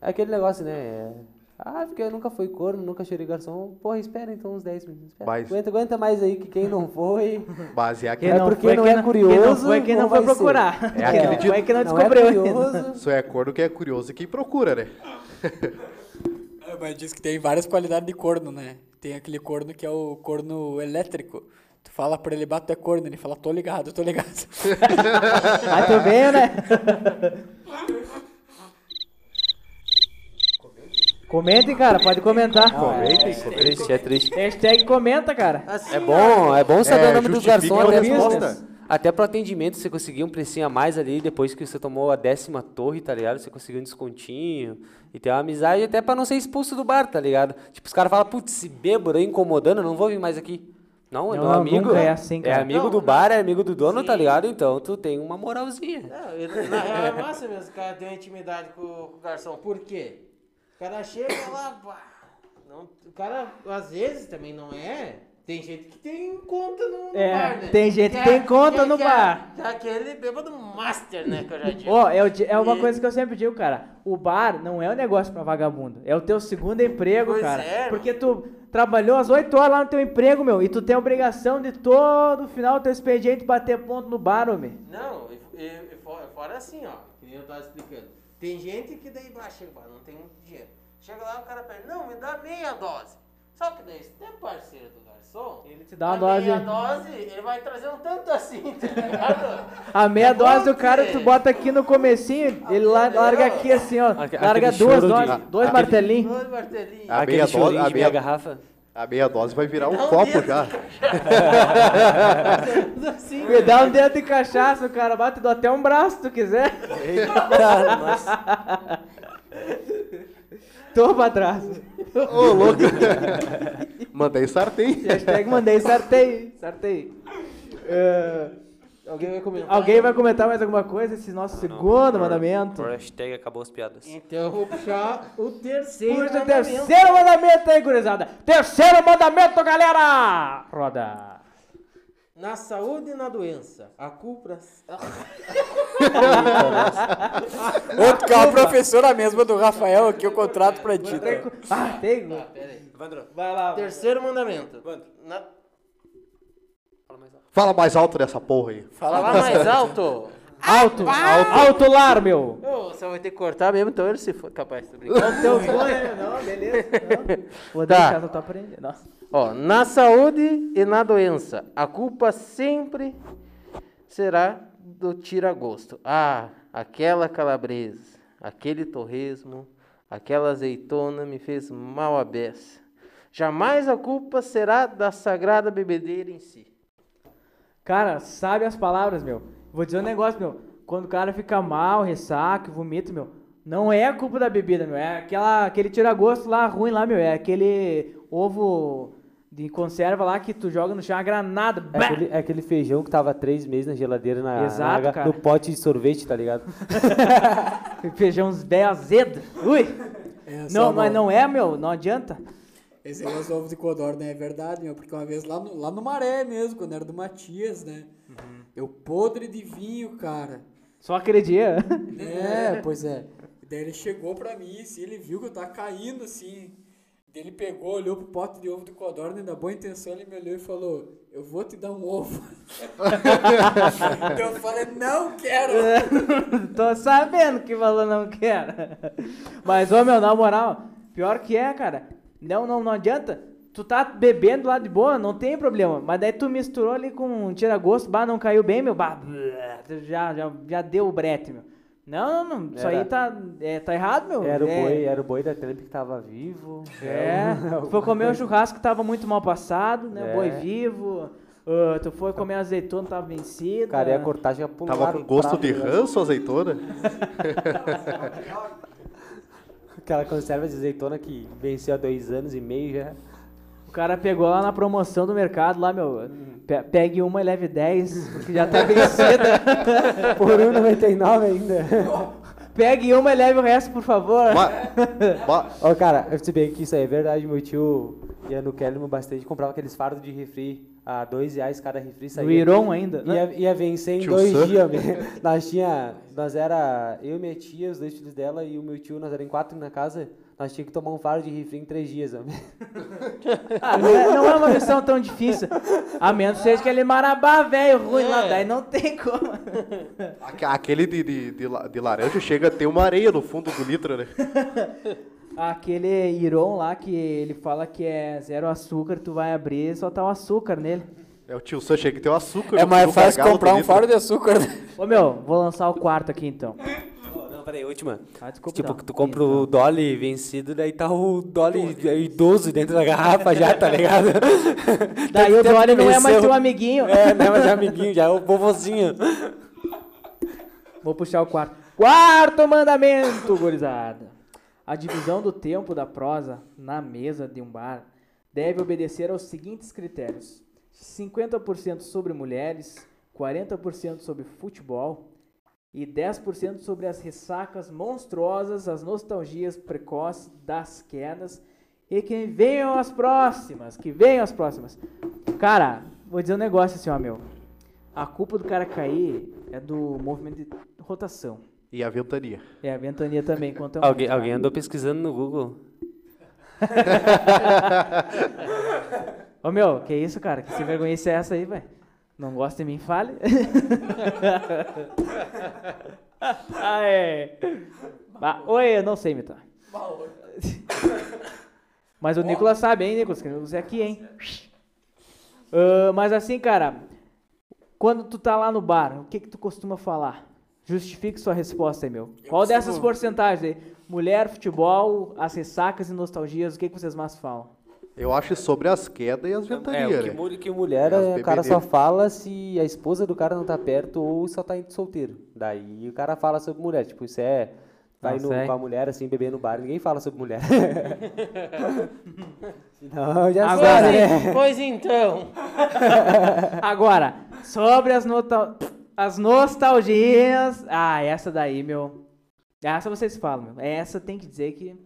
Speaker 9: É aquele negócio, né? É, Ah, porque eu nunca fui corno, nunca cheirei garçom. Porra, espera então uns 10 minutos. Espera.
Speaker 4: Mas-
Speaker 9: Aguenta, aguenta mais aí que quem não [laughs] foi.
Speaker 4: Mas é
Speaker 3: Quem
Speaker 4: aquele.
Speaker 9: É porque não é
Speaker 3: Quem não
Speaker 9: curioso,
Speaker 3: foi, quem não,
Speaker 9: não
Speaker 3: foi
Speaker 9: vai ser.
Speaker 3: procurar. Quem
Speaker 4: É aquele
Speaker 3: não foi, quem não
Speaker 9: Não é
Speaker 3: descobriu ainda.
Speaker 9: curioso. [laughs]
Speaker 4: Só é corno que é curioso e quem procura, né?
Speaker 7: É, mas diz que tem várias qualidades de corno, né? Tem aquele corno que é o corno elétrico. Tu fala pra ele, bato é corno, ele fala, tô ligado,
Speaker 2: [laughs]
Speaker 7: tô ligado.
Speaker 3: [laughs] Mas tu vê, né? Comentem, cara, pode comentar.
Speaker 9: É triste, é triste.
Speaker 3: Hashtag comenta, cara.
Speaker 9: É bom, é bom saber
Speaker 4: É,
Speaker 9: o nome dos
Speaker 4: justifica
Speaker 9: garçons,
Speaker 4: a
Speaker 9: até
Speaker 4: resposta.
Speaker 9: pro, até pro atendimento, você conseguir um precinho a mais ali, depois que você tomou a décima torre, tá ligado? Você conseguiu um descontinho e ter uma amizade até pra não ser expulso do bar, tá ligado? Tipo, os caras falam, putz, esse bêbado aí incomodando, eu não vou vir mais aqui. Não, é
Speaker 3: Não,
Speaker 9: meu
Speaker 3: não,
Speaker 9: amigo.
Speaker 3: nunca é assim, cara.
Speaker 9: amigo do bar, é amigo do dono, tá ligado? Então tu tem uma moralzinha.
Speaker 5: Não, ele- na real é massa mesmo, o cara deu intimidade com o com o garçom. Por quê? O cara chega lá, pá. Não, o cara, às vezes, também não é. Tem gente que tem conta no, no
Speaker 3: É,
Speaker 5: bar, né?
Speaker 3: tem gente que tem conta no bar.
Speaker 5: É, aquele bêbado master, né, que eu já disse.
Speaker 3: Ó, é, o di- é uma
Speaker 5: E-
Speaker 3: coisa que eu sempre digo, cara. O bar não é um negócio pra vagabundo. É o teu segundo emprego,
Speaker 5: Pois
Speaker 3: cara.
Speaker 5: é, mano.
Speaker 3: porque tu trabalhou as 8 horas lá no teu emprego, meu. E tu tem a obrigação de todo final do teu expediente bater ponto no bar, homem.
Speaker 5: Não, e, e- e fora, fora assim, ó, que nem eu tava explicando. Tem gente que daí ah, chega, pá, não tem muito dinheiro. Chega lá, o cara pede, não, me dá meia dose. Só que daí, se tu é parceiro do garçom,
Speaker 3: Ele te dá uma
Speaker 5: a meia
Speaker 3: dose.
Speaker 5: dose, ele vai trazer um tanto assim, tá ligado?
Speaker 3: [laughs] A meia
Speaker 5: É Ah,
Speaker 3: dose do
Speaker 5: bom,
Speaker 3: cara
Speaker 5: né?
Speaker 3: tu bota aqui no comecinho, ele la-
Speaker 5: entendeu?
Speaker 3: larga aqui assim, ó.
Speaker 9: Aque-
Speaker 3: larga
Speaker 9: aquele
Speaker 3: duas
Speaker 9: choro de-
Speaker 3: doses, dois
Speaker 4: aquele-
Speaker 3: martelinhos.
Speaker 5: Dois martelinhos.
Speaker 4: A
Speaker 9: Aquele
Speaker 4: meia dose,
Speaker 9: chorinho
Speaker 4: a
Speaker 9: de meia
Speaker 4: meia,
Speaker 3: [laughs]
Speaker 9: garrafa.
Speaker 4: a meia dose vai virar um
Speaker 5: Dá um
Speaker 4: copo
Speaker 5: dedo.
Speaker 4: já.
Speaker 5: assim,
Speaker 3: Me dá um dedo de cachaça, cara. Bate, dou até um braço se tu quiser. Tô pra trás.
Speaker 4: Ô, louco! [laughs] Mandei sartém.
Speaker 3: Hashtag mandei, sartei, sartei. É,
Speaker 5: Alguém vai comer.
Speaker 3: alguém vai comentar mais alguma coisa? Esse nosso segundo mandamento.
Speaker 9: Por hashtag acabou as piadas.
Speaker 5: Então eu vou puxar o terceiro.
Speaker 3: Por [laughs] o é
Speaker 5: mandamento.
Speaker 3: terceiro mandamento aí, gurizada. Terceiro mandamento, galera! Roda.
Speaker 5: Na saúde e na doença. A culpa. é
Speaker 7: Outro que é uma professora mesma do Rafael aqui, eu contrato pra ti. tá?
Speaker 3: Ah, tem.
Speaker 5: Ah, pera aí.
Speaker 3: Vai lá.
Speaker 5: Terceiro mandamento. Na...
Speaker 4: Fala mais alto dessa porra aí.
Speaker 5: Falar mais alto.
Speaker 3: Alto, alto, alto lar, meu.
Speaker 5: Ô, você vai ter que cortar mesmo, então ele se for capaz de brincar.
Speaker 3: Teu sonho, um não, beleza. então. não. [laughs] Vou
Speaker 5: Tá.
Speaker 3: deixar tu aprender. Não.
Speaker 5: Ó, na saúde e na doença, a culpa sempre será do tira-gosto. Ah, aquela calabresa, aquele torresmo, aquela azeitona me fez mal a beça. Jamais a culpa será da sagrada bebedeira em si.
Speaker 3: Cara, sabe as palavras, meu. Vou dizer um negócio, meu. Quando o cara fica mal, ressaca, vomita, meu. Não é a culpa da bebida, meu. É aquela, aquele tira-gosto lá ruim lá, meu. É aquele ovo de conserva lá que tu joga no chão, a granada.
Speaker 9: É aquele, é aquele feijão que tava três meses na geladeira, na,
Speaker 3: Exato,
Speaker 9: na-
Speaker 3: cara.
Speaker 9: no pote de sorvete, tá ligado?
Speaker 3: [laughs] Feijão velho azedo. Ui! Não, mas não é, meu. Não adianta.
Speaker 7: Esse negócio do ovo de codorna é verdade, meu, porque uma vez lá no, lá no Maré mesmo, quando era do Matias, né?
Speaker 3: Uhum.
Speaker 7: Eu podre de vinho, cara.
Speaker 3: Só aquele dia. [laughs]
Speaker 2: né? [laughs]
Speaker 7: É, pois é. Daí ele chegou pra mim, assim, ele viu que eu tava caindo, assim.
Speaker 2: Daí
Speaker 7: Daí
Speaker 2: Ele pegou, olhou pro pote de ovo do codorna e na boa intenção ele me olhou e falou, eu vou te dar um ovo. [laughs] Daí eu falei, não quero.
Speaker 3: [laughs] Tô sabendo que falou não quero. Mas, ô meu, na moral, pior que é, cara. Não, não, não adianta. Tu tá bebendo lá de boa, não tem problema. Mas daí tu misturou ali com um tira-gosto, bah, não caiu bem, meu. Bah, blá, tu já, já, já deu o brete, meu. Não, não, não. Isso
Speaker 9: Era-
Speaker 3: aí tá, é, tá errado, meu.
Speaker 9: Era o
Speaker 3: É,
Speaker 9: boi, era o boi da Trump que tava vivo.
Speaker 3: É, [laughs] tu foi comer um churrasco que tava muito mal passado, né?
Speaker 9: É.
Speaker 3: Boi vivo. Ah, tu foi comer azeitona, tava vencida.
Speaker 9: Cara, e a cortagem ia pular.
Speaker 4: Tava com gosto de ranço azeitona?
Speaker 9: Aquela conserva de azeitona que venceu há dois anos e meio já.
Speaker 3: O cara pegou lá na promoção do mercado, lá, meu. pe- Pegue uma e leve 10, porque já tá
Speaker 9: [laughs]
Speaker 3: vencida. um,
Speaker 9: Por
Speaker 4: [laughs]
Speaker 9: 1,99 ainda.
Speaker 3: Pegue uma e leve o resto, por favor. [laughs]
Speaker 9: Ô, cara, se bem que isso aí é verdade, meu tio ia no Kellerman bastante comprava aqueles fardos de refri a dois reais cada refri saía.
Speaker 2: um
Speaker 3: Iron ainda, né?
Speaker 9: Ia, ia vencer em
Speaker 4: Tio
Speaker 9: dois
Speaker 4: Sam.
Speaker 9: dias. meu. [laughs] nós tinha, nós era eu, minha tia, os dois filhos dela e o meu tio, nós era em quatro na casa. Nós tínhamos que tomar um fardo de refri em três dias, homem.
Speaker 3: [laughs] Ah, não, é, não é uma missão tão difícil. A menos que seja aquele marabá velho ruim lá,
Speaker 9: É.
Speaker 3: daí não tem como.
Speaker 4: Aque- Aquele de, de, de, la- de laranja chega a ter uma areia no fundo do litro, né?
Speaker 3: Aquele Iron lá que ele fala que é zero açúcar, tu vai abrir e só tá o açúcar nele.
Speaker 4: É o tio Sam chega que tem um açúcar.
Speaker 2: É
Speaker 4: no-
Speaker 2: mais
Speaker 4: no
Speaker 2: fácil
Speaker 4: gargalo do
Speaker 2: comprar um
Speaker 4: litro.
Speaker 2: faro de açúcar, né?
Speaker 3: Ô meu, vou lançar o quarto aqui então.
Speaker 13: Não, não, peraí, última.
Speaker 3: Ah, desculpa.
Speaker 13: Tipo,
Speaker 3: não.
Speaker 13: que tu compra o Dolly vencido, daí tá o Dolly é idoso dentro da garrafa já,
Speaker 3: [laughs]
Speaker 13: tá ligado?
Speaker 3: Daí o
Speaker 13: Tanto tempo
Speaker 3: Dolly
Speaker 13: que
Speaker 3: não é mais
Speaker 13: venceu.
Speaker 3: teu amiguinho.
Speaker 13: [laughs] É, não é mais amiguinho, já é o vovozinho.
Speaker 3: Vou puxar o quarto. Quarto mandamento, gurizada. A divisão do tempo da prosa na mesa de um bar deve obedecer aos seguintes critérios: 50% sobre mulheres, 40% sobre futebol e 10% sobre as ressacas monstruosas, as nostalgias precoces das quedas e que venham as próximas, que venham as próximas. Cara, vou dizer um negócio assim, ó, meu. A culpa do cara cair é do movimento de rotação.
Speaker 4: E a ventania.
Speaker 3: É, a ventania também. Quanto é um-
Speaker 13: Alguém, alguém andou pesquisando no Google.
Speaker 3: [laughs] Ô meu, que isso, cara? Que sem vergonhice é essa aí, velho? Não gosta de mim, fale. [laughs] Aê. Bah, Ah, é. oi, eu não sei imitar. Mas o Nicolas sabe, hein, Nicolas? Que você é aqui, hein? Ah, mas assim, cara, quando tu tá lá no bar, o que que tu costuma falar? Justifique sua resposta aí, meu. Qual dessas porcentagens aí? Mulher, futebol, as ressacas e nostalgias, o que que vocês mais falam?
Speaker 4: Eu acho sobre as quedas e as ventanias,
Speaker 13: É, o que,
Speaker 4: né?
Speaker 13: mu- que
Speaker 9: Mulher, é,
Speaker 13: mulher
Speaker 4: As
Speaker 9: o cara
Speaker 4: BBB.
Speaker 9: só fala se a esposa do cara não tá perto ou só tá indo solteiro. Daí o cara fala sobre mulher. Tipo, isso é. Vai
Speaker 13: Nossa,
Speaker 9: no,
Speaker 13: é.
Speaker 9: com a mulher assim, beber no bar, ninguém fala sobre
Speaker 13: [laughs]
Speaker 9: mulher. [laughs] não,
Speaker 13: Ah,
Speaker 9: já
Speaker 3: Agora,
Speaker 9: sabe, né?
Speaker 14: Pois então.
Speaker 3: [laughs] Agora, sobre as, nota- as nostalgias. Ah, essa daí, meu. Essa vocês falam, meu. Essa tem que dizer que.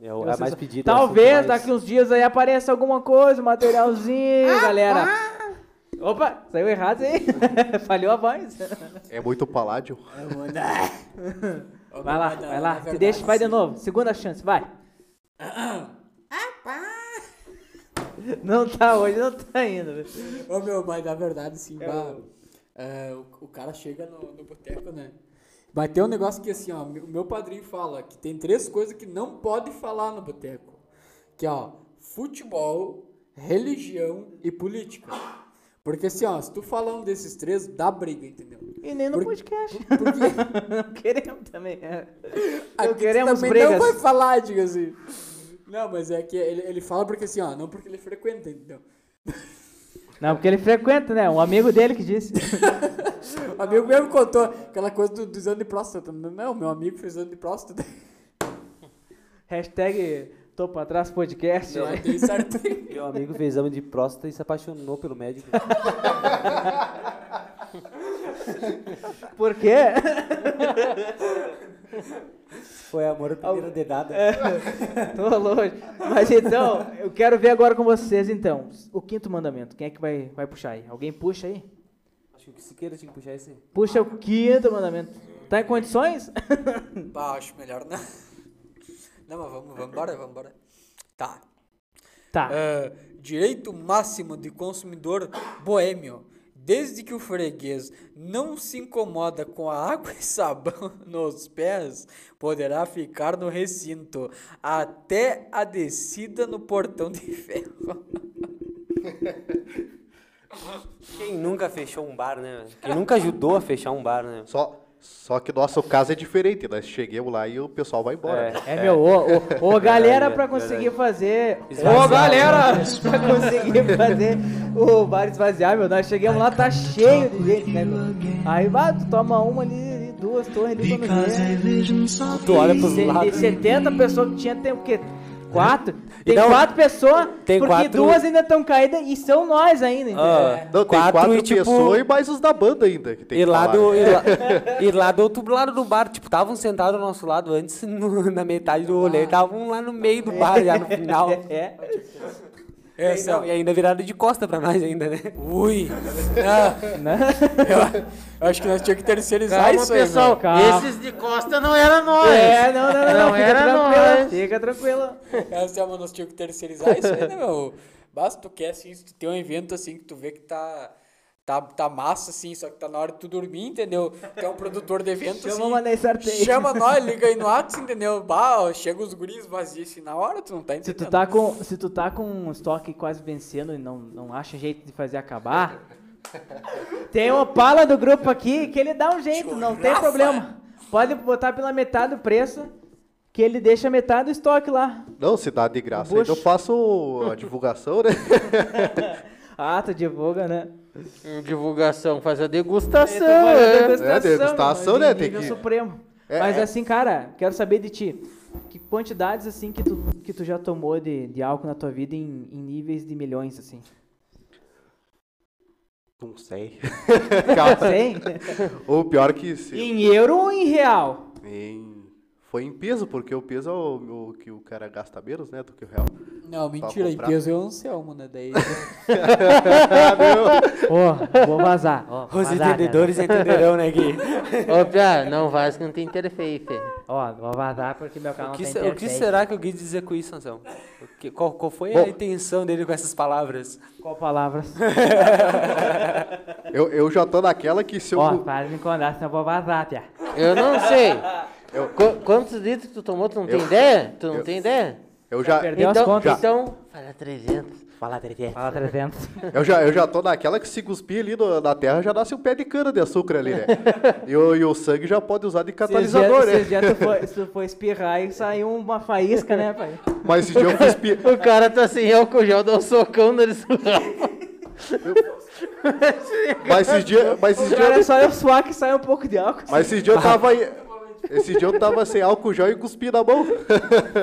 Speaker 9: É o- a
Speaker 3: vocês-
Speaker 9: mais pedida. é o assunto
Speaker 3: Talvez
Speaker 9: mais-
Speaker 3: daqui uns dias aí apareça alguma coisa, um materialzinho, galera. Opa, saiu errado isso aí. [laughs] Falhou a voz.
Speaker 4: É muito paládio.
Speaker 3: Vai lá, vai
Speaker 2: é
Speaker 3: lá. Te deixa, vai de novo. Segunda chance, vai. Não tá hoje, não tá indo. velho.
Speaker 2: Ô meu, mas na verdade, assim, bah, é, o, o cara chega no, no boteco, né? Mas tem um negócio que assim, ó, o meu padrinho fala que tem três coisas que não pode falar no boteco. Que é, ó, futebol, religião e política. Porque assim, ó, se tu falar um desses três, dá briga, entendeu?
Speaker 3: E nem no
Speaker 2: Por-
Speaker 3: podcast.
Speaker 2: Porque
Speaker 3: [laughs] Não queremos também. é.
Speaker 2: aqui
Speaker 3: Não
Speaker 2: tu
Speaker 3: queremos
Speaker 2: também
Speaker 3: brigas.
Speaker 2: não vai falar, diga assim. Não, mas é que ele, ele fala porque assim, ó, não porque ele frequenta, entendeu?
Speaker 3: Não, porque ele frequenta, né? Um amigo dele que disse. [laughs]
Speaker 2: O amigo mesmo contou aquela coisa do, dos anos de próstata. Não, meu amigo fez ano de
Speaker 7: [laughs]
Speaker 2: próstata.
Speaker 7: Tá
Speaker 3: Hashtag tô pra trás podcast.
Speaker 2: Mas tem certo.
Speaker 9: Meu amigo fez exame de próstata e se apaixonou pelo médico.
Speaker 3: Por quê?
Speaker 9: [laughs] Foi amor à primeira dedada.
Speaker 3: É. tô longe. Mas então, eu quero ver agora com vocês, então. O quinto mandamento. Quem é que vai, vai puxar aí? Alguém puxa aí?
Speaker 9: Acho que o Siqueira tinha que puxar esse.
Speaker 3: Puxa o quinto mandamento. Tá em condições? [laughs]
Speaker 2: Bah, acho melhor não. Não, mas vamos, vamos embora, vamos embora.
Speaker 7: Tá.
Speaker 3: Tá.
Speaker 7: Ah, direito máximo de consumidor boêmio. Desde que o freguês não se incomoda com a água e sabão [laughs] nos pés, poderá ficar no recinto até a descida no portão de ferro.
Speaker 9: Quem nunca fechou um bar, né? velho? Quem nunca ajudou a fechar um bar, né?
Speaker 4: Só, só que nosso caso é diferente, nós chegamos lá e o pessoal vai embora. né?
Speaker 3: É, meu, ô, ô, ô, galera, pra conseguir fazer. Ô,
Speaker 9: Esvaziar.
Speaker 3: galera, [laughs] pra conseguir fazer o bar esvaziar, meu. Nós chegamos lá, tá cheio de gente, né, meu? Aí, vai, tu toma uma ali, duas torres ali, quando vê.
Speaker 7: Tu olha pros
Speaker 3: Se-
Speaker 7: lados.
Speaker 4: é
Speaker 7: É.
Speaker 3: 70 pessoas que tinha, tem o quê? Quatro? Tem
Speaker 9: não-
Speaker 3: quatro pessoas,
Speaker 9: tem
Speaker 3: porque
Speaker 9: quatro-
Speaker 3: duas ainda estão caídas e são nós ainda, entendeu?
Speaker 9: Ah,
Speaker 4: Não, tem
Speaker 9: quatro
Speaker 4: quatro
Speaker 9: e, tipo,
Speaker 4: pessoas e mais os da banda ainda. Que tem
Speaker 9: E
Speaker 4: que
Speaker 9: lá,
Speaker 4: falar,
Speaker 9: do,
Speaker 4: né?
Speaker 9: e, lá, e lá do outro lado do bar, tipo, estavam sentados ao nosso lado antes, [laughs] no- na metade do
Speaker 4: Ah.
Speaker 9: rolê, estavam lá no meio do bar, já no
Speaker 4: [laughs]
Speaker 9: final.
Speaker 3: É.
Speaker 9: E, não, e ainda viraram de costa pra nós ainda, né?
Speaker 7: [laughs] Ui!
Speaker 3: É,
Speaker 7: Ah,
Speaker 3: né?
Speaker 7: [laughs] eu, eu acho que nós tínhamos que terceirizar
Speaker 5: Calma,
Speaker 7: isso é aí,
Speaker 5: pessoal.
Speaker 7: meu.
Speaker 5: Esses de costa não eram nós.
Speaker 3: É, não, não, não, não,
Speaker 5: Não
Speaker 3: fica
Speaker 5: era
Speaker 3: tranquila,
Speaker 5: nós.
Speaker 3: fica tranquila.
Speaker 7: Essa é uma nós tínhamos que terceirizar isso aí, né, meu? Basta tu quer, assim, se tu tem um evento, assim, que tu vê que tá, tá, tá massa, assim, só que tá na hora de tu dormir, entendeu? Tu é um produtor de evento,
Speaker 3: Chama o
Speaker 7: assim,
Speaker 3: Mané Sartei.
Speaker 7: chama nós, liga aí no Whats, entendeu? Bah, ó, chega os guris vazios, assim, na hora, tu não
Speaker 3: [laughs]
Speaker 7: tá
Speaker 3: Se
Speaker 7: entendendo.
Speaker 3: tu tá com, se tu tá com um estoque quase vencendo e não, não acha jeito de fazer acabar, tem uma pala do grupo aqui que ele dá um jeito, não tem problema. Pode botar pela metade do preço, que ele deixa metade do estoque lá.
Speaker 4: Não, se dá de graça.
Speaker 3: Bush.
Speaker 4: Ainda eu faço a divulgação, né? [laughs]
Speaker 3: Ah, tu divulga, né?
Speaker 5: Divulgação, faz
Speaker 3: Tu
Speaker 5: a degustação.
Speaker 3: faz a
Speaker 5: é.
Speaker 4: É, degustação, né,
Speaker 3: de
Speaker 4: tem
Speaker 3: nível
Speaker 4: que-
Speaker 3: supremo.
Speaker 4: É,
Speaker 3: Mas
Speaker 4: é.
Speaker 3: assim, cara, quero saber de ti. Que quantidades, assim, que tu, que tu já tomou de, de álcool na tua vida em, em níveis de milhões, assim? [laughs]
Speaker 4: Não sei.
Speaker 3: Tem?
Speaker 4: Ou pior que se...
Speaker 3: em euro ou em real?
Speaker 4: em- Foi em peso, porque o peso é o, o que o cara gasta menos, né? Do que o real.
Speaker 3: Tá
Speaker 7: Não, mentira,
Speaker 4: pra
Speaker 7: em
Speaker 4: comprar.
Speaker 7: peso eu Anselmo, né? Daí,
Speaker 3: Ó, vou vazar. Ó,
Speaker 9: Os
Speaker 3: vazar,
Speaker 4: né?
Speaker 9: entendedores entenderão, né, Gui?
Speaker 5: Ô, Pia, não vai, que não tem interface.
Speaker 3: galera. Ó, vou vazar porque meu canal
Speaker 9: O que,
Speaker 3: tem
Speaker 9: se- o que
Speaker 3: interface.
Speaker 9: será que o Gui dizer com isso, Anselmo? O que- qual, qual foi a
Speaker 4: Bom.
Speaker 9: intenção dele com essas palavras?
Speaker 3: Qual palavras?
Speaker 4: Eu, eu já tô naquela que se eu...
Speaker 3: Ó, para de me contar, senão eu vou vazar, pia.
Speaker 5: Eu não sei. Qu- quantos litros tu tomou? Tu não tem ideia? Tu não tem ideia?
Speaker 4: Eu
Speaker 9: tá
Speaker 4: já,
Speaker 3: perdeu. Deu as
Speaker 5: Então,
Speaker 3: contas.
Speaker 5: então, fala 300.
Speaker 9: Fala, Trevete.
Speaker 3: Fala 300.
Speaker 4: eu, já, eu já tô naquela que se cuspir ali no- na terra já nasce um pé de cana de açúcar ali,
Speaker 9: [laughs]
Speaker 4: né? E o, e o sangue já pode usar de catalisador,
Speaker 3: Esses dias- esses
Speaker 4: né?
Speaker 3: dias tu foi- tu foi espirrar e saiu uma faísca, né, pai?
Speaker 4: Mas esse dia eu fui espirrar.
Speaker 5: O cara tá sem álcool gel, dá um socão neles.
Speaker 4: Mas esses dias, mas esses dias,
Speaker 3: Cara, é só eu suar que sai um pouco de álcool.
Speaker 4: mas esses dias eu tava aí. Esse dia eu tava sem álcool gel e cuspi na mão.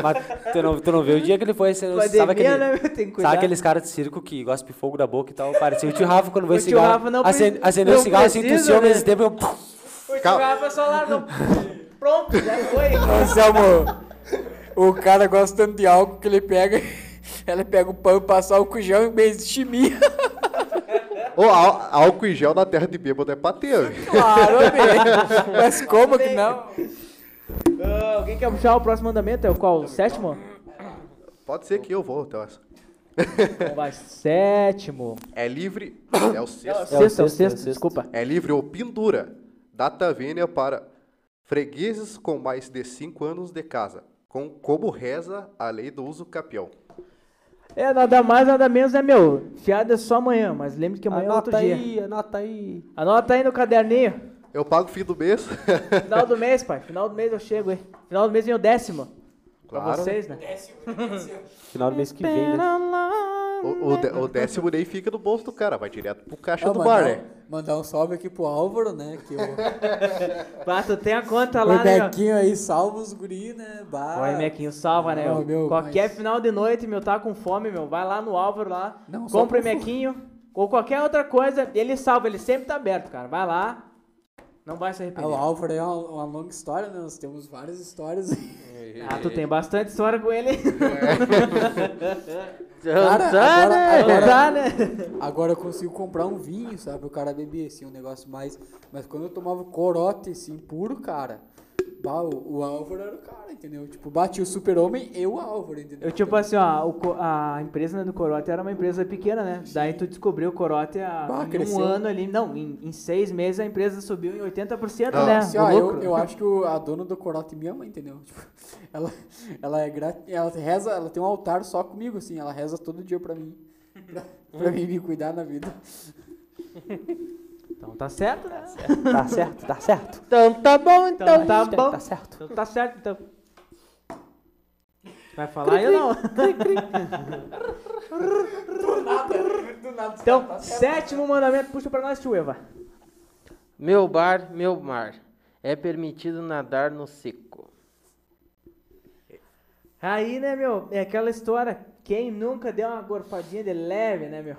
Speaker 9: Mas tu não, tu não vê o dia que ele foi. Você,
Speaker 3: Pandemia,
Speaker 9: sabe aquele,
Speaker 3: né, [laughs] meu? Tem que cuidar.
Speaker 9: sabe aqueles caras de circo que gospe fogo da boca e tal? Parecia o tio Rafa quando
Speaker 3: O
Speaker 9: veio
Speaker 3: tio
Speaker 9: cigarro.
Speaker 3: Rafa não
Speaker 9: acen-
Speaker 3: pre-
Speaker 9: acendeu
Speaker 5: não
Speaker 9: o cigarro assim,
Speaker 5: precisa,
Speaker 9: tossiu ao
Speaker 5: né?
Speaker 9: mesmo tempo e eu.
Speaker 3: O Rafa só lá no... Pronto, já foi. [laughs]
Speaker 7: Anselmo, o cara gosta tanto de álcool que ele pega... [laughs] Ela pega o pão e passa álcool em gel em vez de chimia.
Speaker 4: Ô, á- álcool e gel na terra de bêbado é pateu.
Speaker 7: Claro, bem. Mas como que não?
Speaker 3: Ah, alguém quer puxar o próximo mandamento? É o qual? O sétimo?
Speaker 4: Pode ser que eu vou, então. essa.
Speaker 3: Então vai, sétimo.
Speaker 4: É livre. É o sexto.
Speaker 3: É o
Speaker 12: Então,
Speaker 3: sexto, é o sexto, desculpa.
Speaker 4: É livre ou pendura. Data vênia para fregueses com mais de 5 anos de casa. Com, como reza a lei do uso capião.
Speaker 3: É, nada mais, nada menos, né, meu? Fiado é só amanhã, mas lembre que amanhã é outro
Speaker 9: Anota
Speaker 3: dia.
Speaker 9: aí, anota aí.
Speaker 3: Anota aí no caderninho.
Speaker 4: Eu pago fim do [laughs] mês.
Speaker 3: Final do mês, pai. Final do mês eu chego, hein? Final do mês vem o décimo. Pra
Speaker 4: Claro.
Speaker 3: vocês, né?
Speaker 12: Final do mês que vem, né?
Speaker 4: O, o, dé- o décimo nem fica no bolso do cara, vai direto pro caixa
Speaker 7: Ah,
Speaker 4: do
Speaker 7: mandar
Speaker 4: bar,
Speaker 7: um-
Speaker 4: né?
Speaker 7: Mandar um salve aqui pro Álvaro, né? Que o,
Speaker 3: Pá, tu tem a conta
Speaker 7: o
Speaker 3: lá, né? meu?
Speaker 7: Mequinho aí salva os guri, né? Bah.
Speaker 3: Oi, Mequinho, salva, né?
Speaker 7: Não,
Speaker 3: meu?
Speaker 7: meu,
Speaker 3: qualquer
Speaker 7: mas-
Speaker 3: final de noite, meu, tá com fome, meu. Vai lá no Álvaro lá,
Speaker 7: Não, só
Speaker 3: compra o
Speaker 7: por favor.
Speaker 3: Mequinho. Ou qualquer outra coisa, ele salva, ele sempre tá aberto, cara. Vai lá. Não vai se
Speaker 7: Ah, O
Speaker 3: arrepender.
Speaker 7: Álvaro é uma, uma longa história, né? Nós temos várias histórias.
Speaker 3: Ah, tu tem bastante história com ele.
Speaker 7: Cara,
Speaker 5: tá,
Speaker 3: [laughs]
Speaker 7: agora-
Speaker 5: né?
Speaker 7: agora-
Speaker 3: tá, né?
Speaker 7: Agora eu consigo comprar um vinho, sabe? O cara bebia assim, um negócio mais. Mas quando eu tomava corote, assim, puro, cara. bah, o, o Álvaro era o cara, entendeu? Tipo, bati o super-homem e o Álvaro, entendeu?
Speaker 3: Eu, tipo assim, ó, o co- a empresa do Corote era uma empresa pequena, né? Daí tu descobriu o Corote há
Speaker 7: Bah,
Speaker 3: em
Speaker 7: cresceu.
Speaker 3: um ano ali. Não, em, em seis meses a empresa subiu em 80%,
Speaker 7: Não,
Speaker 3: né?
Speaker 7: assim,
Speaker 3: O
Speaker 7: ó, eu,
Speaker 3: lucro.
Speaker 7: eu acho que o- a dona do Corote é minha mãe, entendeu? Tipo, [laughs] ela, ela é grata, ela reza, ela tem um altar só comigo, assim, ela reza todo dia pra mim. Pra,
Speaker 12: Hum.
Speaker 7: pra mim me cuidar na vida.
Speaker 3: Então tá certo, né?
Speaker 12: Tá certo, tá certo.
Speaker 5: Então tá bom, então.
Speaker 3: Então tá bom.
Speaker 12: Tá certo.
Speaker 3: Então tá certo, então. Vai falar aí ou não? [laughs] Então, sétimo mandamento, puxa pra nós, tio Eva.
Speaker 5: Meu bar, meu mar. É permitido nadar no seco.
Speaker 3: Aí, né, meu, é aquela história. Quem nunca deu uma gorfadinha de leve, né, meu?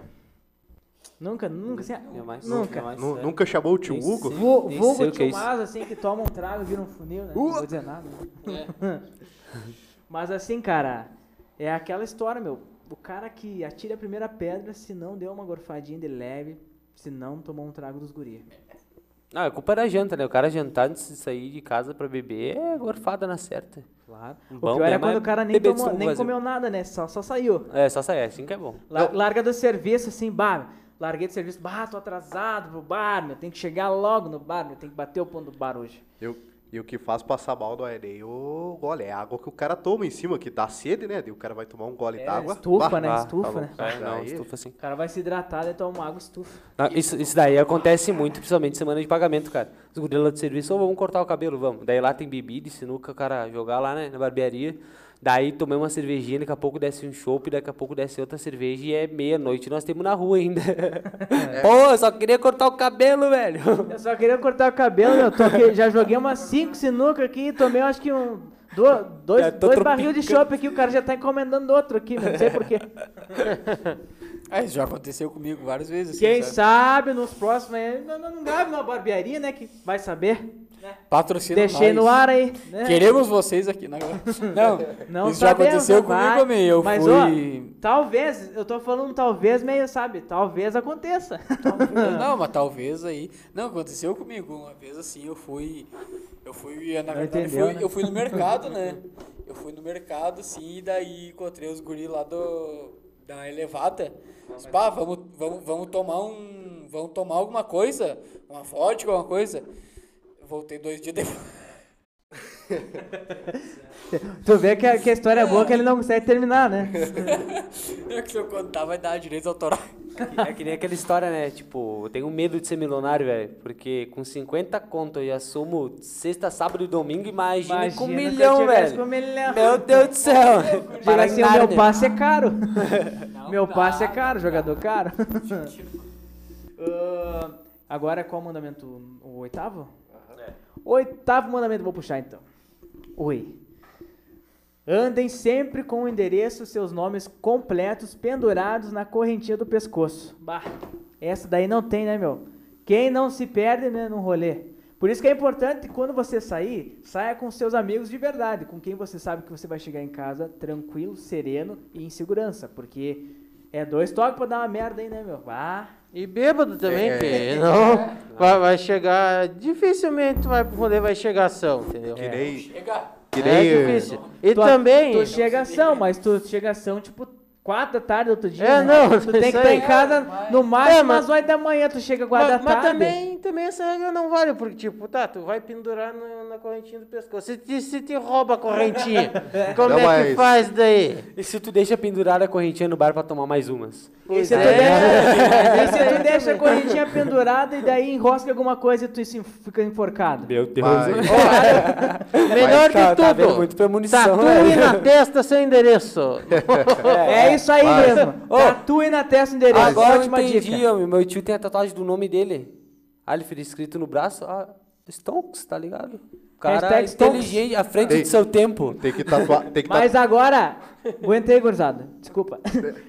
Speaker 3: Nunca, nunca, assim,
Speaker 9: Jamais.
Speaker 3: nunca.
Speaker 9: Jamais.
Speaker 4: Nu- Nunca chamou o tio
Speaker 9: Nem
Speaker 4: Hugo?
Speaker 9: sei.
Speaker 3: Vu-
Speaker 9: Nem
Speaker 3: Vulgo
Speaker 9: sei o que é
Speaker 3: tio
Speaker 9: isso. Uh!
Speaker 3: Mas, assim, que toma um trago e vira um funil, né? Não vou dizer nada. né? [laughs] Mas assim, cara, é aquela história, meu. O cara que atira a primeira pedra, se não deu uma gorfadinha de leve, se não tomou um trago dos guri.
Speaker 9: Não, é culpa da janta, né? O cara jantar antes de sair de casa pra beber é gorfada na certa.
Speaker 3: Claro. O
Speaker 9: Bom
Speaker 3: pior é
Speaker 9: mesmo
Speaker 3: quando
Speaker 9: é
Speaker 3: o cara nem,
Speaker 9: beber de
Speaker 3: tomou-
Speaker 9: suco
Speaker 3: nem
Speaker 9: vazio.
Speaker 3: comeu nada, né? Só, só saiu.
Speaker 9: É, só sair, assim que é bom.
Speaker 3: La- larga do serviço, assim, bah, larguei do serviço, bah, tô atrasado pro bar, meu, tem que chegar logo no bar, meu, tem que bater o pão do bar hoje.
Speaker 4: E o- e o que faz passar mal não é nem o gole, é a água que o cara toma em cima, que dá sede, né? Daí o cara vai tomar um gole d'água.
Speaker 3: estufa,
Speaker 4: bah, tá
Speaker 3: né?
Speaker 4: bah,
Speaker 3: estufa,
Speaker 4: bom.
Speaker 3: né?
Speaker 9: É, não,
Speaker 4: Daí-
Speaker 9: estufa assim.
Speaker 3: O cara vai se hidratar, daí toma uma água e estufa.
Speaker 9: Não, isso, isso daí acontece muito, principalmente semana de pagamento, cara. Os guri lá do serviço, ou vamos cortar o cabelo, vamos. Daí lá tem bebida e sinuca, o cara jogar lá, né, na barbearia. Daí tomei uma cervejinha, daqui a pouco desce um chopp, daqui a pouco desce outra cerveja e é meia-noite e nós temos na rua ainda.
Speaker 3: É.
Speaker 9: [laughs] Pô, eu só queria cortar o cabelo, velho.
Speaker 3: Eu só queria cortar o cabelo, meu, tô aqui- já joguei umas 5 sinuca aqui, tomei acho que um, do- dois,
Speaker 9: Já
Speaker 7: É,
Speaker 9: tô
Speaker 3: dois barril de
Speaker 9: tropicando.
Speaker 3: chopp aqui, o cara já tá encomendando outro aqui, meu, não sei
Speaker 7: [laughs]
Speaker 3: porquê.
Speaker 7: É, isso já aconteceu comigo várias vezes. assim,
Speaker 3: Quem
Speaker 7: sabe?
Speaker 3: sabe nos próximos, aí, não, não, não grave numa barbearia, né, que vai saber.
Speaker 7: Patrocina
Speaker 3: Deixei
Speaker 7: nós.
Speaker 3: no ar aí, né?
Speaker 7: Queremos vocês aqui. Não, não,
Speaker 3: Não
Speaker 7: isso
Speaker 3: sabemos,
Speaker 7: já
Speaker 3: né?
Speaker 7: aconteceu
Speaker 3: vai.
Speaker 7: comigo, meio. Eu
Speaker 3: Mas,
Speaker 7: fui.
Speaker 3: ó, talvez, eu tô falando talvez meio, sabe? Talvez aconteça.
Speaker 7: [laughs] Não, mas talvez aí. Não, aconteceu comigo. Uma vez assim, eu fui. Eu fui, na verdade,
Speaker 3: entendeu,
Speaker 7: fui-
Speaker 3: né?
Speaker 7: eu fui no mercado, né?
Speaker 3: [laughs]
Speaker 7: Eu fui no mercado, assim, e daí encontrei os guris lá do. Da elevata. Disse, Pá, vamos, vamos, vamos tomar um. Vamos tomar alguma coisa. Uma vodka, alguma coisa. Eu Voltei dois dias depois.
Speaker 3: [laughs] tu vê que a, que a história é boa que ele não consegue terminar, né?
Speaker 7: [laughs] É [laughs] que se eu contar, vai dar direitos
Speaker 3: [laughs]
Speaker 7: autorais.
Speaker 9: É que nem aquela história, né? Tipo, eu tenho medo de ser milionário, velho. Porque com 50 conto eu já assumo sexta, sábado e domingo. Imagina, com
Speaker 3: Imagina
Speaker 9: um
Speaker 3: que eu
Speaker 9: milhão,
Speaker 3: tivesse
Speaker 9: velho.
Speaker 3: com um milhão.
Speaker 9: Meu Deus do céu.
Speaker 3: [laughs] Diga assim, o
Speaker 9: Paraná,
Speaker 3: meu
Speaker 9: né?
Speaker 3: passe é caro. meu passe é caro, jogador caro. Ah, agora é qual o mandamento? O oitavo? Oitavo mandamento, vou puxar então. Oi. Andem sempre com o endereço e seus nomes completos pendurados na correntinha do pescoço. Bah, essa daí não tem, né, meu? Quem não se perde, né, no rolê. Por isso que é importante que quando você sair, saia com seus amigos de verdade, com quem você sabe que você vai chegar em casa tranquilo, sereno e em segurança, porque é dois toques pra dar uma merda aí, né, meu? Ah,
Speaker 5: E bêbado também,
Speaker 4: É.
Speaker 5: que não vai, vai chegar. Dificilmente tu vai pro rolê, vai chegar ação, entendeu?
Speaker 4: Que
Speaker 9: É,
Speaker 4: nem, que nem,
Speaker 5: É difícil. E
Speaker 3: tu,
Speaker 5: também.
Speaker 3: Tu chega ação, mas tu chega ação, tipo, 4 da tarde outro dia. né?
Speaker 5: É, não,
Speaker 3: Tu tem que
Speaker 5: isso
Speaker 3: estar
Speaker 5: aí.
Speaker 3: em casa no máximo
Speaker 5: É, mas-
Speaker 3: às 8 da manhã, tu chega
Speaker 5: Ma-
Speaker 3: guarda
Speaker 5: mas,
Speaker 3: tarde.
Speaker 5: também, também essa regra não vale, porque, tipo, tá, tu vai pendurar no- na correntinha do pescoço. Se te, se te rouba a correntinha,
Speaker 9: [laughs]
Speaker 5: como
Speaker 4: Não,
Speaker 5: é que
Speaker 4: mas-
Speaker 5: faz daí?
Speaker 9: E se tu deixa pendurada a correntinha no bar pra tomar mais umas?
Speaker 5: Pois
Speaker 3: Se tu,
Speaker 5: é. [laughs]
Speaker 3: deixa, se tu deixa a correntinha pendurada e daí enrosca alguma coisa e tu se- fica enforcado.
Speaker 9: Meu Deus.
Speaker 4: Mas-
Speaker 5: Melhor
Speaker 9: Tá-
Speaker 5: que
Speaker 9: tá
Speaker 5: tudo.
Speaker 9: vendo muito premonição,
Speaker 5: Tatue
Speaker 9: né?
Speaker 5: na testa sem
Speaker 9: [laughs]
Speaker 5: endereço.
Speaker 3: É isso aí
Speaker 4: Mas-
Speaker 3: mesmo.
Speaker 9: Ô,
Speaker 3: Tatue na testa o endereço.
Speaker 9: Agora eu
Speaker 3: Última
Speaker 9: entendi,
Speaker 3: é dica.
Speaker 9: homem. Meu tio tem a tatuagem do nome dele. Alfred escrito no braço. Ah, Stonks, tá ligado? O Cara
Speaker 3: Hashtag Stonks.
Speaker 9: inteligente, à frente
Speaker 4: Ei.
Speaker 9: do seu tempo.
Speaker 4: Tem que tatuar. Tem que
Speaker 3: Mas
Speaker 4: tatuar.
Speaker 3: agora, aguentei, gurizada.
Speaker 4: [laughs]
Speaker 3: Desculpa.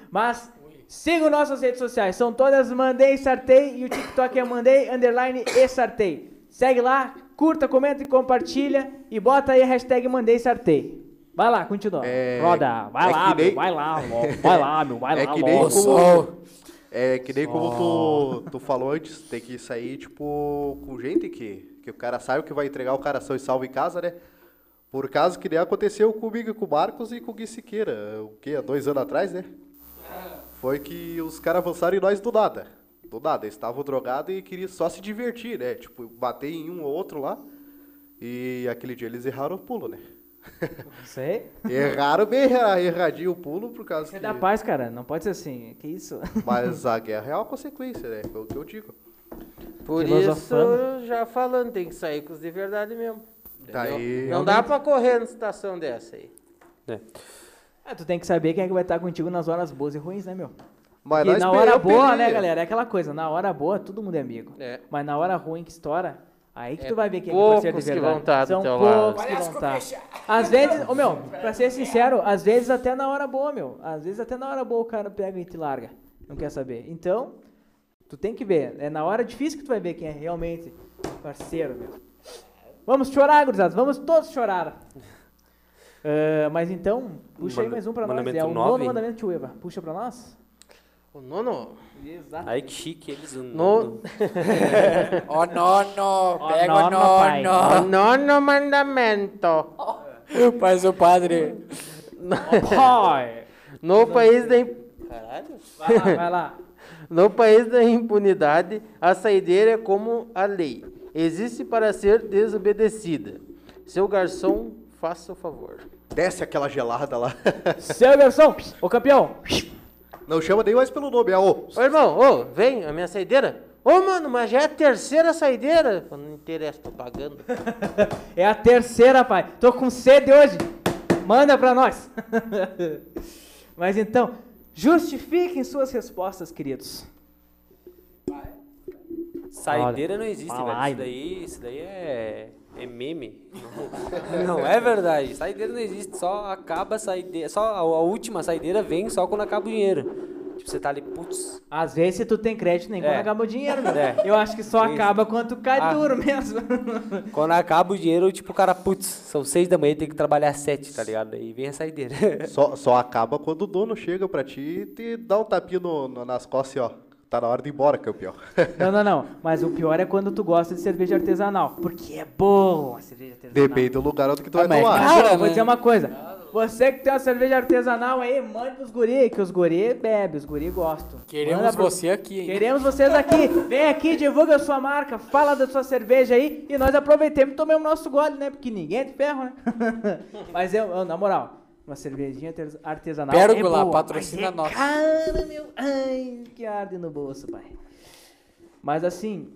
Speaker 3: Mas siga nossas redes sociais. São todas Mandei Sartei e o TikTok é Mandei Underline e Sartei. Segue lá, curta, comenta e compartilha e bota aí a hashtag Mandei Sartei. Vai lá, continua.
Speaker 4: É-
Speaker 3: Roda. Vai
Speaker 4: é
Speaker 3: lá,
Speaker 4: que
Speaker 3: meu,
Speaker 4: nem-
Speaker 3: vai lá, meu, vai lá, meu, vai
Speaker 4: [laughs] É
Speaker 3: lá,
Speaker 4: que nem
Speaker 3: meu.
Speaker 4: como, É que nem como tu, tu falou antes, tem que sair, tipo, com gente que, que o cara saiba que vai entregar o cara são e salvo em casa, né? Por caso que nem aconteceu comigo, e com o Marcos e com o Gui Siqueira, o quê? Há dois anos atrás, né? Foi que os caras avançaram em nós do nada. Do nada, eles estavam drogados e queriam só se divertir, né? Tipo, bater em um ou outro lá. E aquele dia eles erraram o
Speaker 3: [laughs]
Speaker 4: pulo, né?
Speaker 3: Sei.
Speaker 4: Erraram bem erra- erradinho o pulo, por causa
Speaker 3: Você
Speaker 4: que...
Speaker 3: dá paz, cara. Não pode ser assim. Que isso? [laughs]
Speaker 4: Mas a guerra é uma consequência, né? É o que eu digo.
Speaker 5: Por
Speaker 4: Filosofando.
Speaker 5: isso, já falando, tem que sair com os de verdade mesmo.
Speaker 4: Tá
Speaker 5: entendeu?
Speaker 4: aí,
Speaker 5: Não dá pra correr na situação dessa aí.
Speaker 3: Ah, tu tem que saber quem é que vai estar contigo nas horas boas e ruins, né, meu?
Speaker 4: Mas
Speaker 3: Porque
Speaker 4: nós
Speaker 3: na hora
Speaker 4: perdeu,
Speaker 3: boa,
Speaker 4: perdia.
Speaker 3: né, galera? É aquela coisa, na hora boa todo mundo é amigo. Mas na hora ruim que estoura, aí que
Speaker 5: É
Speaker 3: tu vai ver quem é que pode ser de
Speaker 5: poucos que
Speaker 3: verdade.
Speaker 5: vão tá do
Speaker 3: São
Speaker 5: teu lado.
Speaker 3: poucos que
Speaker 5: Palhaço
Speaker 3: vão tá. Às vezes, ô meu, pra ser sincero, às vezes até na hora boa, meu. Às vezes até na hora boa o cara pega e te larga. Não quer saber. Então, tu tem que ver. É na hora difícil que tu vai ver quem é realmente parceiro, meu. Vamos chorar, gurizada. Vamos todos chorar. [laughs] Ah, mas então, puxa aí
Speaker 9: Manda-
Speaker 3: mais um pra nós.
Speaker 9: mandamento
Speaker 3: É o nono
Speaker 9: nove?
Speaker 3: mandamento de Ueva. Puxa pra nós.
Speaker 5: O nono?
Speaker 3: Exato.
Speaker 9: Ai, que chique eles. um o
Speaker 5: No-
Speaker 9: nono.
Speaker 7: Ó, nono, pega
Speaker 3: nono,
Speaker 7: o
Speaker 3: pai.
Speaker 9: Ah.
Speaker 5: O
Speaker 7: nono.
Speaker 5: nono mandamento.
Speaker 7: Mas o padre.
Speaker 3: Pai!
Speaker 5: No país da im- Caralho.
Speaker 3: Vai lá, vai lá.
Speaker 5: No país da impunidade, a saideira é como a lei. Existe para ser desobedecida. Seu garçom, faça o favor.
Speaker 4: Desce aquela gelada lá. [laughs]
Speaker 3: Seu garçom, ô campeão.
Speaker 4: Não chama nem mais pelo nome, é o.
Speaker 5: Ô irmão, ô, vem, a minha saideira. Ô mano, mas já é a terceira saideira. Eu Não interessa, tô pagando.
Speaker 3: [laughs] É a terceira, pai. Tô com sede hoje. Manda pra nós. [laughs] Mas então, justifiquem suas respostas, queridos.
Speaker 9: Saideira não existe,
Speaker 3: Fala,
Speaker 9: velho.
Speaker 3: ai.
Speaker 9: Isso daí, isso daí é, é meme. Não, [laughs] não é verdade. Saideira não existe. Só acaba a saideira. Só a, a última saideira vem só quando acaba o dinheiro. Tipo, você tá ali, putz.
Speaker 3: Às vezes, se tu tem crédito, nem quando
Speaker 9: É.
Speaker 3: acaba o dinheiro, meu.
Speaker 9: É.
Speaker 3: Eu acho que só
Speaker 9: Isso.
Speaker 3: acaba quando tu cai
Speaker 9: Ah.
Speaker 3: duro mesmo.
Speaker 9: Quando acaba o dinheiro, tipo, o cara, putz, são seis da manhã, tem que trabalhar às sete, tá ligado? Aí vem a saideira.
Speaker 4: [laughs] Só, só acaba quando o dono chega pra ti e te dá um tapinha no, no- nas costas, e, ó. Tá na hora de ir embora, campeão.
Speaker 3: [laughs]
Speaker 4: [laughs]
Speaker 3: não, não, não. Mas o pior é quando tu gosta de cerveja artesanal. Porque é bom a cerveja artesanal.
Speaker 4: Depende do lugar onde que tu vai
Speaker 7: mas
Speaker 4: tomar.
Speaker 7: cara,
Speaker 3: Cara, vou
Speaker 7: né?
Speaker 3: dizer uma coisa. Você que tem uma cerveja artesanal aí, mande pros guri, que os guri bebem, os guri gostam.
Speaker 7: Queremos
Speaker 3: Manda pro-
Speaker 7: você aqui, hein?
Speaker 3: Queremos vocês aqui. Vem aqui, divulga a sua marca, fala da sua cerveja aí e nós aproveitemos e tomemos nosso gole, né? Porque ninguém é de ferro, né? [laughs] Mas eu, eu, na moral, uma cervejinha artes- artesanal
Speaker 7: Pérgola,
Speaker 3: é boa,
Speaker 7: patrocina
Speaker 3: mas é
Speaker 7: nós.
Speaker 3: Cara, meu, ai, que arde no bolso, pai. Mas assim,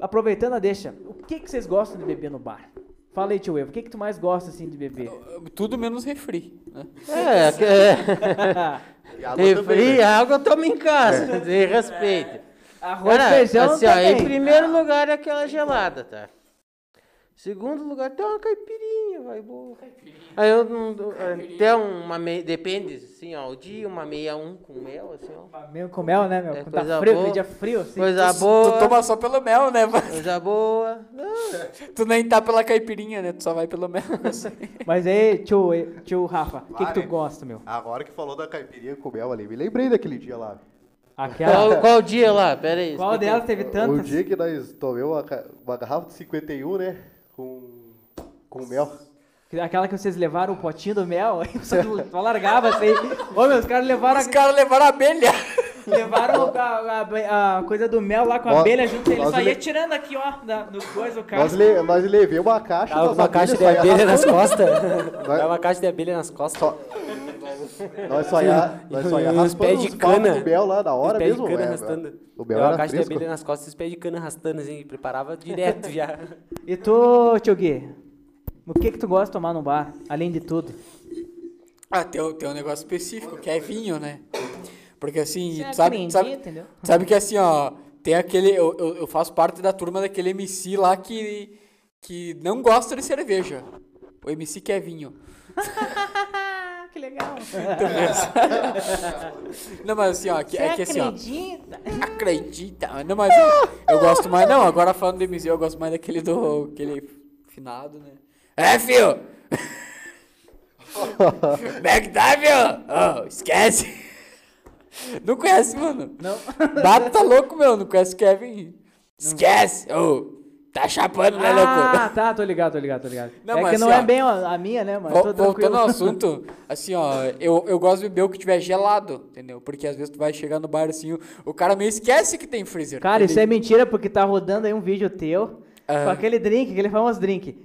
Speaker 3: aproveitando a deixa, o que que vocês gostam de beber no bar? Fala aí, tio Evo, o que que tu mais gosta assim de beber?
Speaker 7: Tudo menos refri. Né?
Speaker 5: É,
Speaker 3: [laughs]
Speaker 5: que- é.
Speaker 4: E água
Speaker 5: [laughs]
Speaker 4: também,
Speaker 5: Refri,
Speaker 4: né?
Speaker 5: água toma em casa. De respeito.
Speaker 3: Arroz,
Speaker 5: Cara,
Speaker 3: feijão
Speaker 5: assim, ó,
Speaker 3: também.
Speaker 5: em primeiro lugar é aquela gelada, tá? Segundo lugar, tem uma caipirinha, vai boa. Aí eu não. dou- Até uma meia. Depende, assim, ó, o dia, uma meia um com mel, assim, ó.
Speaker 3: Meio com mel, né, meu?
Speaker 5: É
Speaker 3: Quando
Speaker 5: coisa
Speaker 3: tá frio,
Speaker 5: boa.
Speaker 3: dia frio, assim.
Speaker 5: Coisa
Speaker 7: Tu- Tu
Speaker 5: boa.
Speaker 7: Então, toma só pelo mel, né? [laughs]
Speaker 5: Coisa boa. Não,
Speaker 7: Tu nem tá pela caipirinha, né? Tu só vai [laughs] pelo mel. assim.
Speaker 3: Mas aí, tio, E- tio Rafa, o que, que tu
Speaker 4: Vale.
Speaker 3: gosta, meu?
Speaker 4: Agora que falou da caipirinha com mel ali, me lembrei daquele dia lá.
Speaker 3: Aquela.
Speaker 5: Qual, qual dia lá? Pera aí.
Speaker 3: É. Qual
Speaker 5: explica aí.
Speaker 3: delas teve
Speaker 4: O
Speaker 3: tantas?
Speaker 4: dia que nós tomamos uma, ca- uma garrafa de 51, né? Com, com mel.
Speaker 3: Aquela que vocês levaram o potinho do mel, [laughs] aí só, só largava assim. Ô, meu, os caras levaram,
Speaker 7: Os caras levaram a abelha.
Speaker 3: a, levaram a, a- a coisa do mel lá com a
Speaker 4: Nós-
Speaker 3: abelha junto, ele
Speaker 4: nós
Speaker 3: só ia
Speaker 4: le-
Speaker 3: tirando aqui, ó, da, no coisa, o cara.
Speaker 4: Nós, le, nós levei uma caixa
Speaker 9: Dava
Speaker 4: das
Speaker 9: uma caixa de
Speaker 4: abelhas, só ia
Speaker 9: abelha nas
Speaker 4: raspando.
Speaker 9: costas.
Speaker 4: Vai.
Speaker 9: Dava uma caixa de abelha nas costas.
Speaker 4: Nós só ia, nós só ia
Speaker 9: Os
Speaker 4: raspando
Speaker 9: pés de
Speaker 4: os palmos
Speaker 9: cana.
Speaker 4: do mel lá na
Speaker 9: Os
Speaker 4: hora
Speaker 9: pés
Speaker 4: mesmo.
Speaker 9: de cana
Speaker 4: é,
Speaker 9: arrastando.
Speaker 4: O mel
Speaker 9: Dava
Speaker 4: era
Speaker 9: uma caixa
Speaker 4: fresco.
Speaker 9: de abelha nas costas e os pés de cana arrastando, assim. Preparava direto já.
Speaker 4: [laughs]
Speaker 3: E tu, tio Gui? O que que tu gosta de tomar no bar, além de tudo?
Speaker 7: Ah, tem, um- tem um negócio específico, que é vinho, né? Porque assim,
Speaker 3: Você
Speaker 7: tu sabe,
Speaker 3: aprende,
Speaker 7: sabe,
Speaker 3: entendeu?
Speaker 7: sabe que assim, ó, tem aquele. Eu, eu, eu faço parte da turma daquele MC lá que, que não gosta de cerveja. O MC quer vinho.
Speaker 3: Ah, que legal.
Speaker 7: [laughs] Não, mas assim, ó, que, é que assim, ó.
Speaker 3: acredita?
Speaker 7: Acredita? Não, mas eu, eu gosto mais. Não, agora falando do MC, eu gosto mais daquele do. aquele finado, né? É, fio! [laughs] Como é que tá, fio? Oh, esquece! [laughs] Não conhece, mano. Não. Bato tá louco, meu. Não conhece o Kevin. Esquece! Ô, tá chapando, né,
Speaker 3: Ah,
Speaker 7: louco?
Speaker 3: tá, tô ligado, tô ligado, tô ligado.
Speaker 7: Não,
Speaker 3: é
Speaker 7: mas
Speaker 3: que não
Speaker 7: assim,
Speaker 3: é
Speaker 7: ó,
Speaker 3: bem a a minha, né, mano?
Speaker 7: Vol-
Speaker 3: Tô
Speaker 7: Voltando
Speaker 3: tranquilo.
Speaker 7: ao assunto, assim, ó, eu, eu gosto de beber o que tiver gelado, entendeu? Porque às vezes tu vai chegar no bar assim, o, o cara meio esquece que tem freezer.
Speaker 3: Cara,
Speaker 7: Ele-
Speaker 3: isso é mentira, porque tá rodando aí um vídeo teu
Speaker 7: Ah.
Speaker 3: com aquele drink, aquele famoso drink.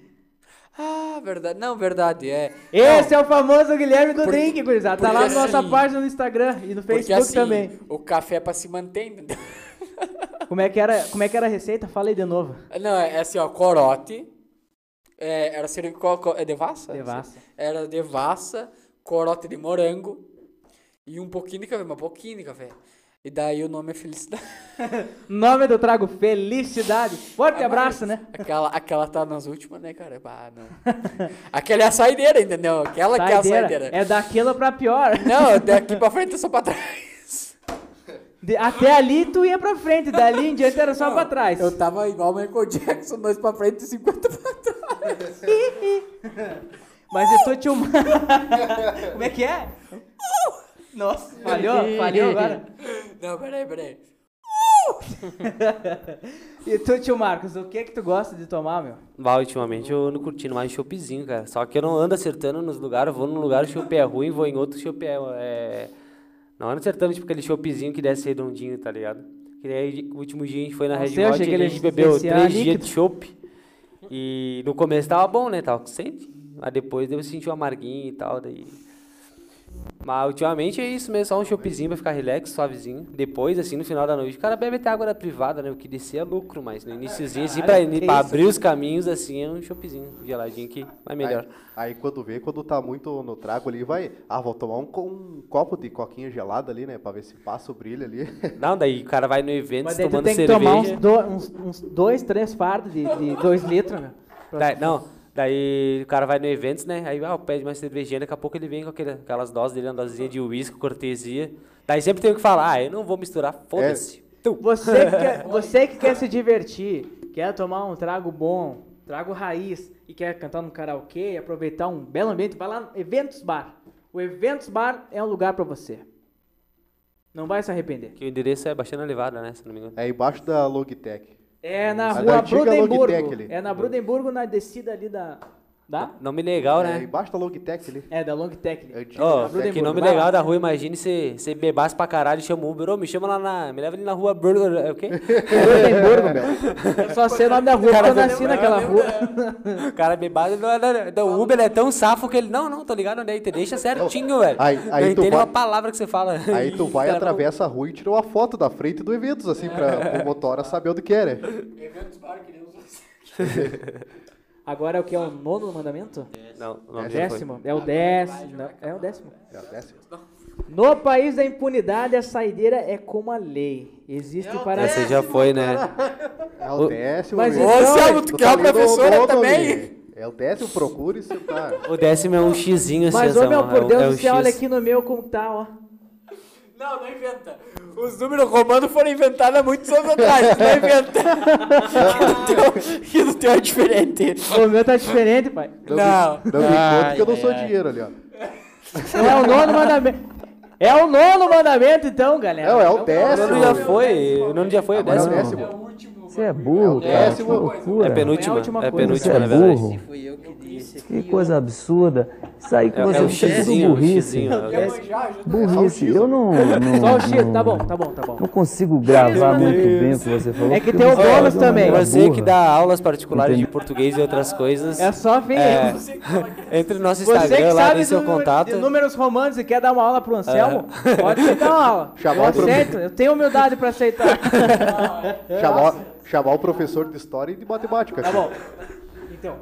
Speaker 7: Ah, verdade. Não, verdade, é.
Speaker 3: Esse é o famoso Guilherme do drink, gurizada. Tá lá
Speaker 7: porque
Speaker 3: na nossa
Speaker 7: assim-
Speaker 3: página no Instagram e no
Speaker 7: Porque,
Speaker 3: Facebook
Speaker 7: assim,
Speaker 3: também.
Speaker 7: O café é pra se manter, entendeu? [laughs]
Speaker 3: Como é, que era, como é que era a receita? Fala aí de novo.
Speaker 7: Não, é assim, ó, corote. É, era cervical. co- É devassa?
Speaker 3: Devassa.
Speaker 7: Era devassa, corote de morango e um pouquinho de café, mas pouquinho de café. E daí o nome é Felicidade. [laughs]
Speaker 3: Nome do trago, felicidade. Forte abraço,
Speaker 7: [laughs]
Speaker 3: né?
Speaker 7: Aquela, aquela tá nas últimas, né, cara? Bah, não. [laughs] Aquela é a saideira, entendeu? Aquela que é a
Speaker 3: Saideira.
Speaker 7: saideira.
Speaker 3: É daquela pra pior.
Speaker 7: Não, daqui pra frente é só pra trás.
Speaker 3: De- até ali tu ia pra frente, dali em diante era só
Speaker 7: Não,
Speaker 3: pra trás.
Speaker 7: Eu tava igual o Michael Jackson, dois pra frente e 50 pra trás.
Speaker 3: [laughs] Mas eu tô te uma. [laughs] Como é que é? Nossa, falhou, falhou agora. [laughs]
Speaker 7: Não, peraí, peraí.
Speaker 3: E tu, tio Marcos, o que é que tu gosta de tomar, meu?
Speaker 9: Bah, ultimamente eu não curtindo mais choppzinho, cara. Só que eu não ando acertando nos lugares. Eu Vou num lugar, o chopp é ruim, vou em outro, o chopp é, é... Não ando acertando, tipo, aquele choppzinho que desce redondinho, tá ligado? Que daí, o último dia a gente foi na
Speaker 3: Não
Speaker 9: Red
Speaker 3: sei, eu
Speaker 9: Hot
Speaker 3: achei
Speaker 9: e
Speaker 3: que
Speaker 9: a
Speaker 3: ele
Speaker 9: gente bebeu
Speaker 3: descia
Speaker 9: três dias
Speaker 3: líquido.
Speaker 9: de chopp. E no começo tava bom, né? Tava com sede. Mas depois eu senti um amarguinho e tal, daí... Mas ultimamente é isso mesmo, só um choppzinho pra ficar relax, suavezinho. Depois, assim, no final da noite, o cara bebe até água da privada, né? O que descer é lucro, mas no iníciozinho, assim, pra,
Speaker 3: Caralho, que
Speaker 9: pra
Speaker 3: isso?
Speaker 9: abrir os caminhos, assim, é um choppzinho geladinho que vai melhor.
Speaker 4: Aí, aí quando vê, quando tá muito no trago ali, vai. Ah, vou tomar um, co- um copo de coquinha gelada ali, né? Pra ver se passa o brilho ali. [laughs]
Speaker 9: Não, daí o cara vai no evento
Speaker 3: Mas daí tu
Speaker 9: tomando
Speaker 3: tem que
Speaker 9: cerveja.
Speaker 3: tomar uns, do- uns- uns dois, três fardos de, de dois litros, meu.
Speaker 9: Daí- não, daí o cara vai no evento, né? Aí ah, pede mais cervejinha, daqui a pouco ele vem com aquele- aquelas doses dele, uma dosinha de uísque, cortesia. Daí sempre tem o que falar, ah, eu não vou misturar, foda-se.
Speaker 3: Você que, quer, você que quer se divertir, quer tomar um trago bom, trago raiz, e quer cantar no karaokê, aproveitar um belo ambiente, vai lá no Eventos Bar. O Eventos Bar é um lugar pra você. Não vai se arrepender.
Speaker 9: Que o endereço é Baixando Levada, né? Se não me engano.
Speaker 4: É embaixo da Logitech.
Speaker 3: É na
Speaker 4: A da
Speaker 3: rua
Speaker 4: antiga Logitech
Speaker 3: Brudemburgo.
Speaker 4: ali. Uhum.
Speaker 3: É na Brudemburgo, na descida ali da... Da?
Speaker 9: Nome legal,
Speaker 4: É
Speaker 9: né?
Speaker 4: embaixo da Logitech ali.
Speaker 3: É, da Longtech. ali. [laughs]
Speaker 4: Antiga
Speaker 9: Ó,
Speaker 4: Logitech.
Speaker 9: que nome
Speaker 3: vai
Speaker 9: legal
Speaker 3: lá.
Speaker 9: da rua, imagine se você bebasse pra caralho e chama o Uber. Ô, me chama lá na. Me leva ali na rua. Brr, é o quê?
Speaker 3: Brudemburgo,
Speaker 4: [laughs]
Speaker 3: meu. Eu só sei o nome da rua, porque eu nasci naquela rua.
Speaker 9: [laughs] é. o cara bebado. Não, não, não. Então, o Uber é tão safo que ele. Não, não, tô ligado onde é. Te deixa certinho, velho.
Speaker 4: Aí- aí
Speaker 9: não
Speaker 4: tu
Speaker 9: entende
Speaker 4: vai-
Speaker 9: uma palavra que você fala.
Speaker 4: Aí tu vai,
Speaker 9: [laughs] Cara,
Speaker 4: atravessa a rua e tira uma foto da frente do Eventos, assim,
Speaker 9: [laughs]
Speaker 4: pra pro motora saber onde que é, né?
Speaker 3: Agora é o que? É o nono mandamento?
Speaker 9: Não, o nome já foi.
Speaker 3: Décimo. É o décimo. não, É o décimo.
Speaker 4: Já desce.
Speaker 3: No país da impunidade, a saideira é como a lei. Existe para.
Speaker 9: Essa já foi, né?
Speaker 4: É o décimo.
Speaker 3: Mas
Speaker 4: meu.
Speaker 3: então- Ô, Selma,
Speaker 4: tá
Speaker 7: tu
Speaker 9: é
Speaker 7: quer uma
Speaker 4: lendo o
Speaker 7: professora
Speaker 4: nome.
Speaker 7: também?
Speaker 4: É o décimo, procure se tá.
Speaker 9: O décimo é um xizinho assim,
Speaker 3: Mas,
Speaker 9: ó,
Speaker 3: ô meu,
Speaker 9: é
Speaker 3: por
Speaker 9: um-
Speaker 3: Deus
Speaker 9: é um
Speaker 3: do céu,
Speaker 9: X.
Speaker 3: olha aqui no meu como tá, ó.
Speaker 7: Não, não inventa. Os números romanos foram inventados há muitos anos atrás. Não é inventa. que, o teu, que o teu é diferente.
Speaker 3: O meu tá diferente, pai.
Speaker 4: Não,
Speaker 7: Não.
Speaker 4: me- não me conta que eu não sou dinheiro ali, ó.
Speaker 3: Não é o nono mandamento. É o nono mandamento, então, galera.
Speaker 4: Não, é o
Speaker 9: O nome
Speaker 4: décimo.
Speaker 9: já foi. O nome já foi, o
Speaker 4: Agora é o
Speaker 3: um.
Speaker 9: décimo.
Speaker 4: décimo.
Speaker 8: Você é burro,
Speaker 4: É
Speaker 8: cara.
Speaker 4: o
Speaker 8: Que
Speaker 4: décimo.
Speaker 8: loucura.
Speaker 9: É penúltima.
Speaker 3: É a última
Speaker 9: É
Speaker 3: coisa.
Speaker 9: penúltima,
Speaker 8: Você é
Speaker 9: na verdade.
Speaker 8: burro.
Speaker 5: Fui eu que disse.
Speaker 8: Que coisa absurda. Isso aí que
Speaker 9: É,
Speaker 3: um
Speaker 8: você
Speaker 9: é o
Speaker 8: fez tudo
Speaker 9: xizinho, o
Speaker 8: burrice.
Speaker 9: xizinho. é o décimo.
Speaker 8: Burrice.
Speaker 4: É
Speaker 8: Eu não, não,
Speaker 3: Só o X,
Speaker 8: não-
Speaker 3: tá bom, tá bom, tá bom.
Speaker 8: não consigo gravar muito bem o que você falou.
Speaker 3: É que
Speaker 8: porque
Speaker 3: tem
Speaker 8: você
Speaker 3: o bônus
Speaker 8: falou de uma
Speaker 3: também.
Speaker 8: maneira
Speaker 9: Você que
Speaker 8: burra.
Speaker 9: dá aulas particulares de português e outras coisas.
Speaker 3: É só vir.
Speaker 9: É, entre o nosso
Speaker 3: Você que
Speaker 9: Instagram lá,
Speaker 3: sabe
Speaker 9: dê seu
Speaker 3: do-
Speaker 9: contato. É.
Speaker 3: de números romanos e quer dar uma aula pro Anselmo, pode me dar uma aula.
Speaker 4: Chamar
Speaker 3: eu
Speaker 4: o profe-
Speaker 3: aceito, eu tenho humildade pra aceitar.
Speaker 8: [laughs]
Speaker 4: Chamar, chamar o professor de história e de matemática. assim.
Speaker 3: Tá bom. Então,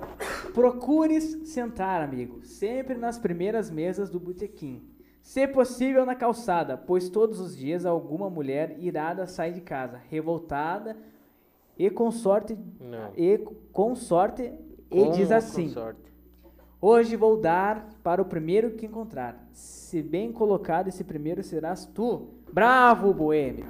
Speaker 3: procure sentar, amigo, sempre nas primeiras mesas do botequim. Se possível, na calçada, pois todos os dias alguma mulher irada sai de casa, revoltada e com sorte
Speaker 5: Não.
Speaker 3: e com sorte e
Speaker 5: Com
Speaker 3: diz
Speaker 5: ou
Speaker 3: assim:
Speaker 5: Com sorte.
Speaker 3: Hoje vou dar para o primeiro que encontrar. Se bem colocado, esse primeiro serás tu. Bravo, boêmio.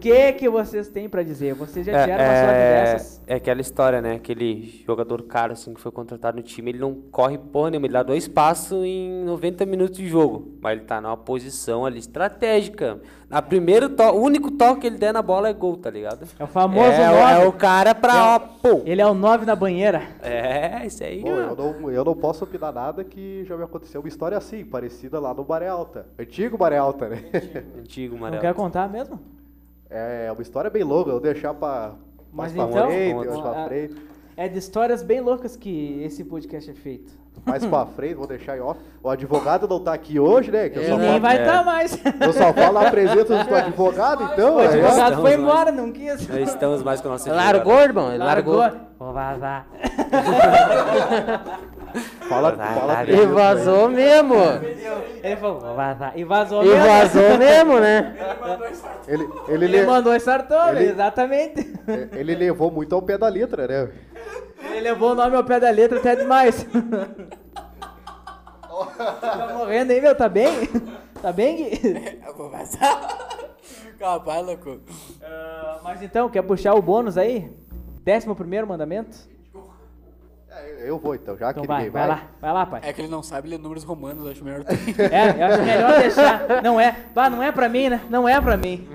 Speaker 3: que que vocês têm pra dizer? Vocês já
Speaker 9: É,
Speaker 3: tiveram uma sorte
Speaker 9: é-
Speaker 3: dessas?
Speaker 9: é aquela história, né? Aquele jogador caro assim que foi contratado no time, ele não corre porra nenhuma, ele dá dois passos em 90 minutos de jogo. Mas ele tá numa posição ali estratégica. Na primeiro to o único toque que ele der na bola é gol, tá ligado?
Speaker 3: É o famoso
Speaker 9: É,
Speaker 3: nove.
Speaker 9: é o cara pra ó, pô.
Speaker 3: Ele é o 9 na banheira.
Speaker 9: É, isso aí.
Speaker 4: Bom,
Speaker 9: ó.
Speaker 4: eu não, eu não posso opinar nada que já me aconteceu uma história assim, parecida lá no Maré Alta. Antigo Maré Alta, né?
Speaker 9: Antigo,
Speaker 3: Não
Speaker 9: amarelo.
Speaker 3: quer contar mesmo?
Speaker 4: É uma história bem longa, eu vou deixar pra,
Speaker 3: Mas
Speaker 4: mais pra
Speaker 3: então-
Speaker 4: frente, mais
Speaker 3: Ah,
Speaker 4: pra frente,
Speaker 3: É de histórias bem loucas que esse podcast é feito.
Speaker 4: mais pra frente, vou deixar em off. O advogado não tá aqui hoje, né? Que eu,
Speaker 3: E
Speaker 4: só
Speaker 3: nem
Speaker 4: falo,
Speaker 3: vai estar mais.
Speaker 4: eu só falo a presença do advogado,
Speaker 3: [laughs]
Speaker 4: então.
Speaker 3: O
Speaker 4: né?
Speaker 3: advogado
Speaker 9: estamos
Speaker 3: foi
Speaker 9: mais.
Speaker 3: embora, não quis.
Speaker 9: Nós estamos mais com o nosso
Speaker 5: Largou, irmão. Ele largou.
Speaker 3: Vou vazar.
Speaker 4: Fala,
Speaker 9: Vai,
Speaker 4: fala
Speaker 9: vai,
Speaker 4: a
Speaker 5: E
Speaker 4: presença,
Speaker 5: vazou mesmo.
Speaker 3: Ele falou, vou vazar. E vazou
Speaker 5: E
Speaker 3: mesmo.
Speaker 5: vazou mesmo, né?
Speaker 4: né? Ele, ele,
Speaker 3: Ele
Speaker 4: le-
Speaker 3: mandou esse Sartori,
Speaker 4: ele-
Speaker 3: exatamente.
Speaker 4: ele levou muito ao pé da letra, né?
Speaker 3: Ele levou o nome ao pé da letra até demais. tá morrendo aí, meu? Tá bem? Tá bem, Gui?
Speaker 7: [laughs] Eu vou passar. Capaz, louco.
Speaker 3: Ah, mas então, quer puxar o bônus aí? Décimo primeiro mandamento?
Speaker 4: É, Eu vou então, já
Speaker 3: Então
Speaker 4: que
Speaker 3: vai,
Speaker 4: ninguém
Speaker 3: vai lá, vai lá, pai.
Speaker 7: É que ele não sabe ler números romanos, acho melhor.
Speaker 3: É, eu acho melhor deixar. Não é. Bah, não é pra mim, né? Não é pra mim.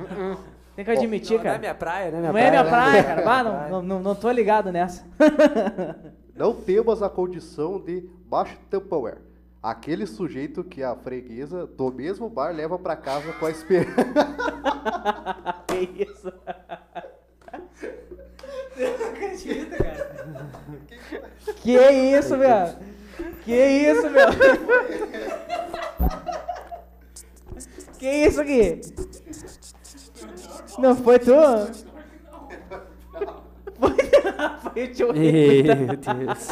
Speaker 3: Tem que admitir,
Speaker 9: Não é
Speaker 3: cara.
Speaker 9: minha praia, né? Minha
Speaker 3: Não é
Speaker 9: praia,
Speaker 3: minha
Speaker 9: né?
Speaker 3: praia, cara. Bah, não, não, não, não tô ligado nessa. [laughs]
Speaker 4: Não temas a condição de baixo Tupperware. Aquele sujeito que a freguesa do mesmo bar leva pra casa com a esperança.
Speaker 3: que isso? Eu não acredito, cara. Que isso, meu? Que isso, meu? Que isso aqui? Não foi tu? Foi, foi o tio
Speaker 9: Meu Deus.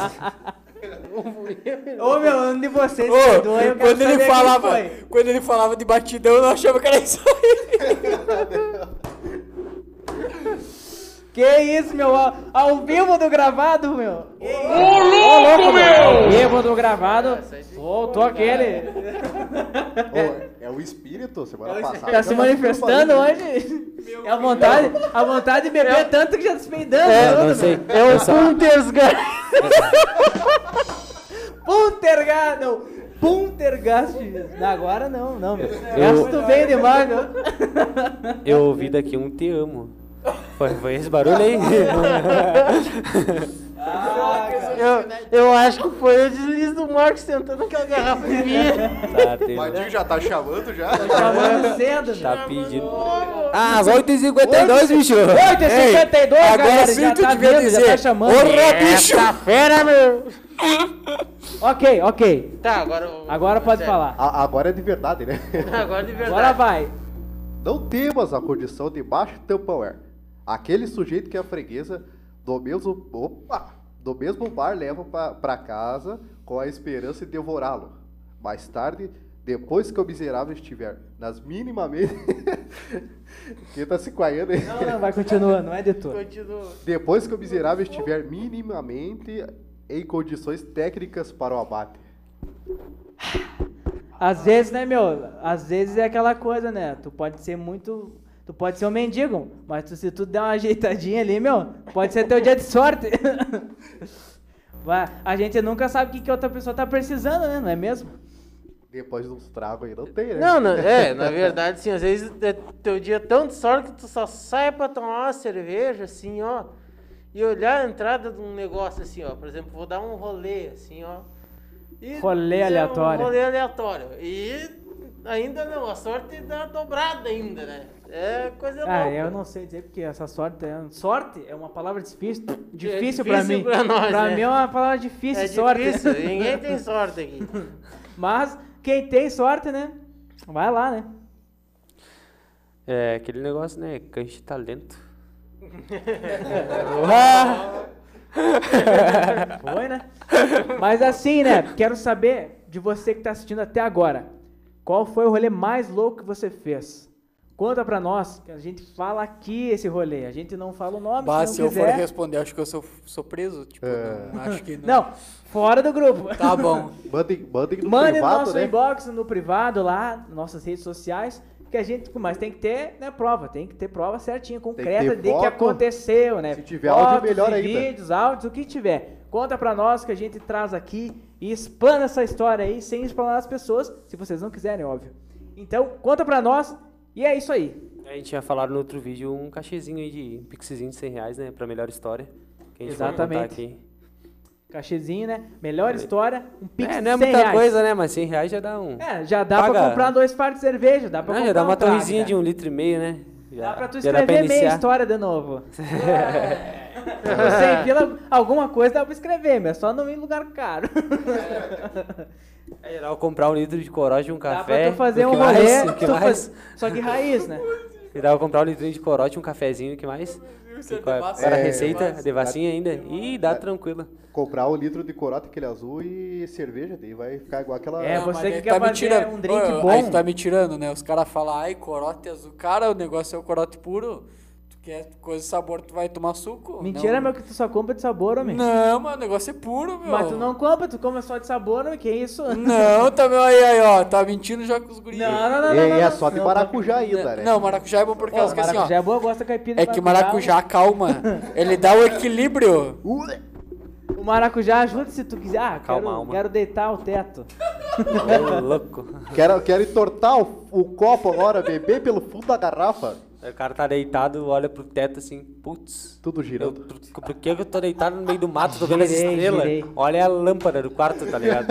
Speaker 3: Ô meu, um de vocês
Speaker 7: Ô,
Speaker 3: perdoa, eu quero
Speaker 7: quando ele
Speaker 3: saber quem
Speaker 7: falava,
Speaker 3: foi.
Speaker 7: quando ele falava de batidão, eu não achava que era isso aí.
Speaker 3: Que isso, meu? Ao, ao vivo do gravado, meu? Ô, louco, meu! Ao vivo do gravado, voltou aquele.
Speaker 4: é o espírito, semana passada.
Speaker 3: Tá se manifestando hoje. É a vontade, a vontade de beber tanto que já tá se peidando.
Speaker 5: É,
Speaker 9: Eu não sei. Eu só...
Speaker 3: [laughs] Puntergast, não. Puntergast. Não, Agora não, não, meu. Gasto bem demais, meu.
Speaker 9: Eu ouvi daqui um te amo. Foi, foi esse
Speaker 3: [laughs]
Speaker 9: barulho aí?
Speaker 5: Eu, eu acho que foi o deslize do Marcos tentando aquela garrafa de vinho.
Speaker 9: tá, teve-
Speaker 4: O Badinho já tá chamando já.
Speaker 3: Chamando cedo, meu.
Speaker 9: tá pedindo. Ah, às 8h52,
Speaker 3: 8h52,
Speaker 9: bicho!
Speaker 7: Ei,
Speaker 3: galera,
Speaker 7: agora sim
Speaker 3: já
Speaker 7: tu
Speaker 3: tá
Speaker 7: devia
Speaker 3: vendo, já
Speaker 7: dizer.
Speaker 3: tá chamando.
Speaker 7: Porra, bicho!
Speaker 5: Fera, meu.
Speaker 3: Ok, ok.
Speaker 5: Tá, agora... eu-
Speaker 3: Agora pode
Speaker 5: sério.
Speaker 3: falar.
Speaker 4: A- agora é de verdade, né?
Speaker 5: Agora de verdade.
Speaker 3: Agora vai.
Speaker 4: Não temas a condição de baixo Tupperware. Aquele sujeito que é a freguesa do mesmo, opa, do mesmo bar leva pra, pra casa com a esperança de devorá-lo. Mais tarde, depois que o miserável estiver nas minimamente... [laughs] Quem tá se coaiando aí?
Speaker 3: Não, não, vai continuando, não é de tudo.
Speaker 5: Continua.
Speaker 4: Depois que o miserável estiver minimamente em condições técnicas para o abate.
Speaker 3: Às vezes, né, meu? Às vezes é aquela coisa, né? Tu pode ser muito. Tu pode ser um mendigo, mas tu- se tu der uma ajeitadinha ali, meu, pode ser teu dia de sorte. [laughs] Vai, A gente nunca sabe o que, que outra pessoa tá precisando, né? Não é mesmo?
Speaker 4: Depois de uns tragos aí, não tem, né?
Speaker 5: Não, não, é, na verdade, sim, às vezes é teu dia é tão de sorte que tu só sai pra tomar uma cerveja, assim, ó, e olhar a entrada de um negócio, assim, ó, por exemplo, vou dar um rolê, assim, ó. e-
Speaker 3: Rolê
Speaker 5: é,
Speaker 3: aleatório.
Speaker 5: Um rolê aleatório. E ainda não, a sorte dá dobrada ainda, né? É coisa
Speaker 3: Ah,
Speaker 5: louca.
Speaker 3: eu não sei dizer porque essa sorte é. Sorte é uma palavra difícil, difícil,
Speaker 5: difícil
Speaker 3: pra mim.
Speaker 5: pra nós, né?
Speaker 3: mim é uma palavra difícil,
Speaker 5: É
Speaker 3: sorte.
Speaker 5: difícil, ninguém tem sorte aqui.
Speaker 3: [laughs] Mas quem tem sorte, né? Vai lá,
Speaker 5: [laughs]
Speaker 3: né?
Speaker 9: É, aquele negócio, né? Cancha de talento.
Speaker 3: Foi, né? Mas assim, né? Quero saber de você que tá assistindo até agora. Qual foi o rolê mais louco que você fez? Conta pra nós, que a gente fala aqui esse rolê. A gente não fala o nome,
Speaker 7: Bah,
Speaker 3: se
Speaker 7: se
Speaker 3: não
Speaker 7: eu for
Speaker 3: quiser.
Speaker 7: responder, acho que eu sou, sou preso. Tipo, não, acho que não.
Speaker 3: Não, fora do grupo.
Speaker 7: Tá bom.
Speaker 4: Mandem, mandem no
Speaker 3: Mande no
Speaker 4: privado,
Speaker 3: nosso
Speaker 4: né?
Speaker 3: inbox, no privado lá, nas nossas redes sociais, Porque a gente, mas tem que ter né, prova, tem que ter prova certinha,
Speaker 4: ter
Speaker 3: concreta de
Speaker 4: foto.
Speaker 3: que aconteceu, né?
Speaker 4: Se tiver áudio, melhor
Speaker 3: e
Speaker 4: ainda.
Speaker 3: vídeos, áudios, o que tiver. Conta pra nós que a gente traz aqui e explana essa história aí, sem explanar as pessoas, se vocês não quiserem, óbvio. Então, conta pra nós e é isso aí.
Speaker 9: A gente tinha falado no outro vídeo um cachezinho aí de um pixezinho de 100 reais, né? Pra melhor história. Que a gente vai contar
Speaker 3: Exatamente.
Speaker 9: aqui.
Speaker 3: Cachezinho, né? Melhor história, um pix
Speaker 9: É,
Speaker 3: de
Speaker 9: não é
Speaker 3: 100
Speaker 9: muita
Speaker 3: reais.
Speaker 9: coisa, né? Mas 100 reais já dá um.
Speaker 3: É, já dá pra
Speaker 9: Paga-
Speaker 3: comprar dois partes de cerveja, dá pra
Speaker 9: Não,
Speaker 3: comprar
Speaker 9: já dá uma
Speaker 3: um trago,
Speaker 9: torrezinha
Speaker 3: né?
Speaker 9: de um litro e meio, né? Já,
Speaker 3: Dá pra tu
Speaker 9: já dá pra
Speaker 3: escrever meia
Speaker 9: iniciar.
Speaker 3: história de
Speaker 7: [laughs]
Speaker 3: novo. [laughs] Sem pila, alguma coisa dá pra escrever, mas é só não ir em lugar caro.
Speaker 9: É geral comprar um litro de corote e um
Speaker 3: dá
Speaker 9: café.
Speaker 3: pra tu fazer
Speaker 9: O
Speaker 3: um
Speaker 9: que
Speaker 3: rolê.
Speaker 9: mais? O que
Speaker 3: tu
Speaker 9: mais?
Speaker 3: faz- Só que raiz, né?
Speaker 9: E dava pra comprar um litrinho de corote, um cafezinho, o que mais?
Speaker 7: tá
Speaker 9: E qual é- qual era a
Speaker 7: né?
Speaker 4: É,
Speaker 9: receita,
Speaker 4: mas-
Speaker 9: devacinha ainda. Ih, dá tranquila.
Speaker 4: Comprar um litro de corota, aquele azul e cerveja, daí vai ficar igual aquela.
Speaker 3: É,
Speaker 7: Não,
Speaker 3: você
Speaker 7: mas
Speaker 3: que
Speaker 7: aí tu
Speaker 3: quer
Speaker 7: me
Speaker 3: fazer
Speaker 7: tirando.
Speaker 3: um drink
Speaker 7: Ô,
Speaker 3: bom.
Speaker 7: Aí tu tá me tirando, né? Os caras falam, ai, corote azul. Cara, o negócio é o corote puro. Tu quer coisa de sabor, tu vai tomar suco.
Speaker 3: Mentira,
Speaker 7: não.
Speaker 3: meu, que tu só compra de sabor, homem.
Speaker 7: Não, mano, o negócio é puro, meu.
Speaker 3: Mas tu não compra, tu compra só de sabor, homem, que isso?
Speaker 7: Não, tá meu aí, aí, ó. Tá mentindo já com os guris.
Speaker 3: [laughs] Não, não, não,
Speaker 4: e,
Speaker 3: não, não,
Speaker 4: e é
Speaker 3: não.
Speaker 4: só de maracujá ainda, né?
Speaker 7: Não, maracujá é bom porque
Speaker 3: Ó,
Speaker 7: elas que assim, ó.
Speaker 3: maracujá é boa, gosta caipira.
Speaker 7: É
Speaker 3: de
Speaker 7: que o maracujá acalma. Ele dá o equilíbrio.
Speaker 4: Uh,
Speaker 3: O maracujá ajuda se tu quiser. Ah,
Speaker 9: Acalma a
Speaker 3: quero,
Speaker 9: alma.
Speaker 3: quero deitar o teto.
Speaker 9: Ô, louco.
Speaker 4: Quero, quero entortar o, o copo agora, beber pelo fundo da garrafa.
Speaker 9: Aí O cara tá deitado, olha pro teto assim, putz.
Speaker 4: Tudo
Speaker 9: Eu,
Speaker 4: girando.
Speaker 9: por, por que eu tô deitado no meio do mato, tô vendo as
Speaker 3: Girei,
Speaker 9: estrelas?
Speaker 3: girei.
Speaker 9: Olha a lâmpada do quarto, tá
Speaker 3: [laughs]
Speaker 9: ligado?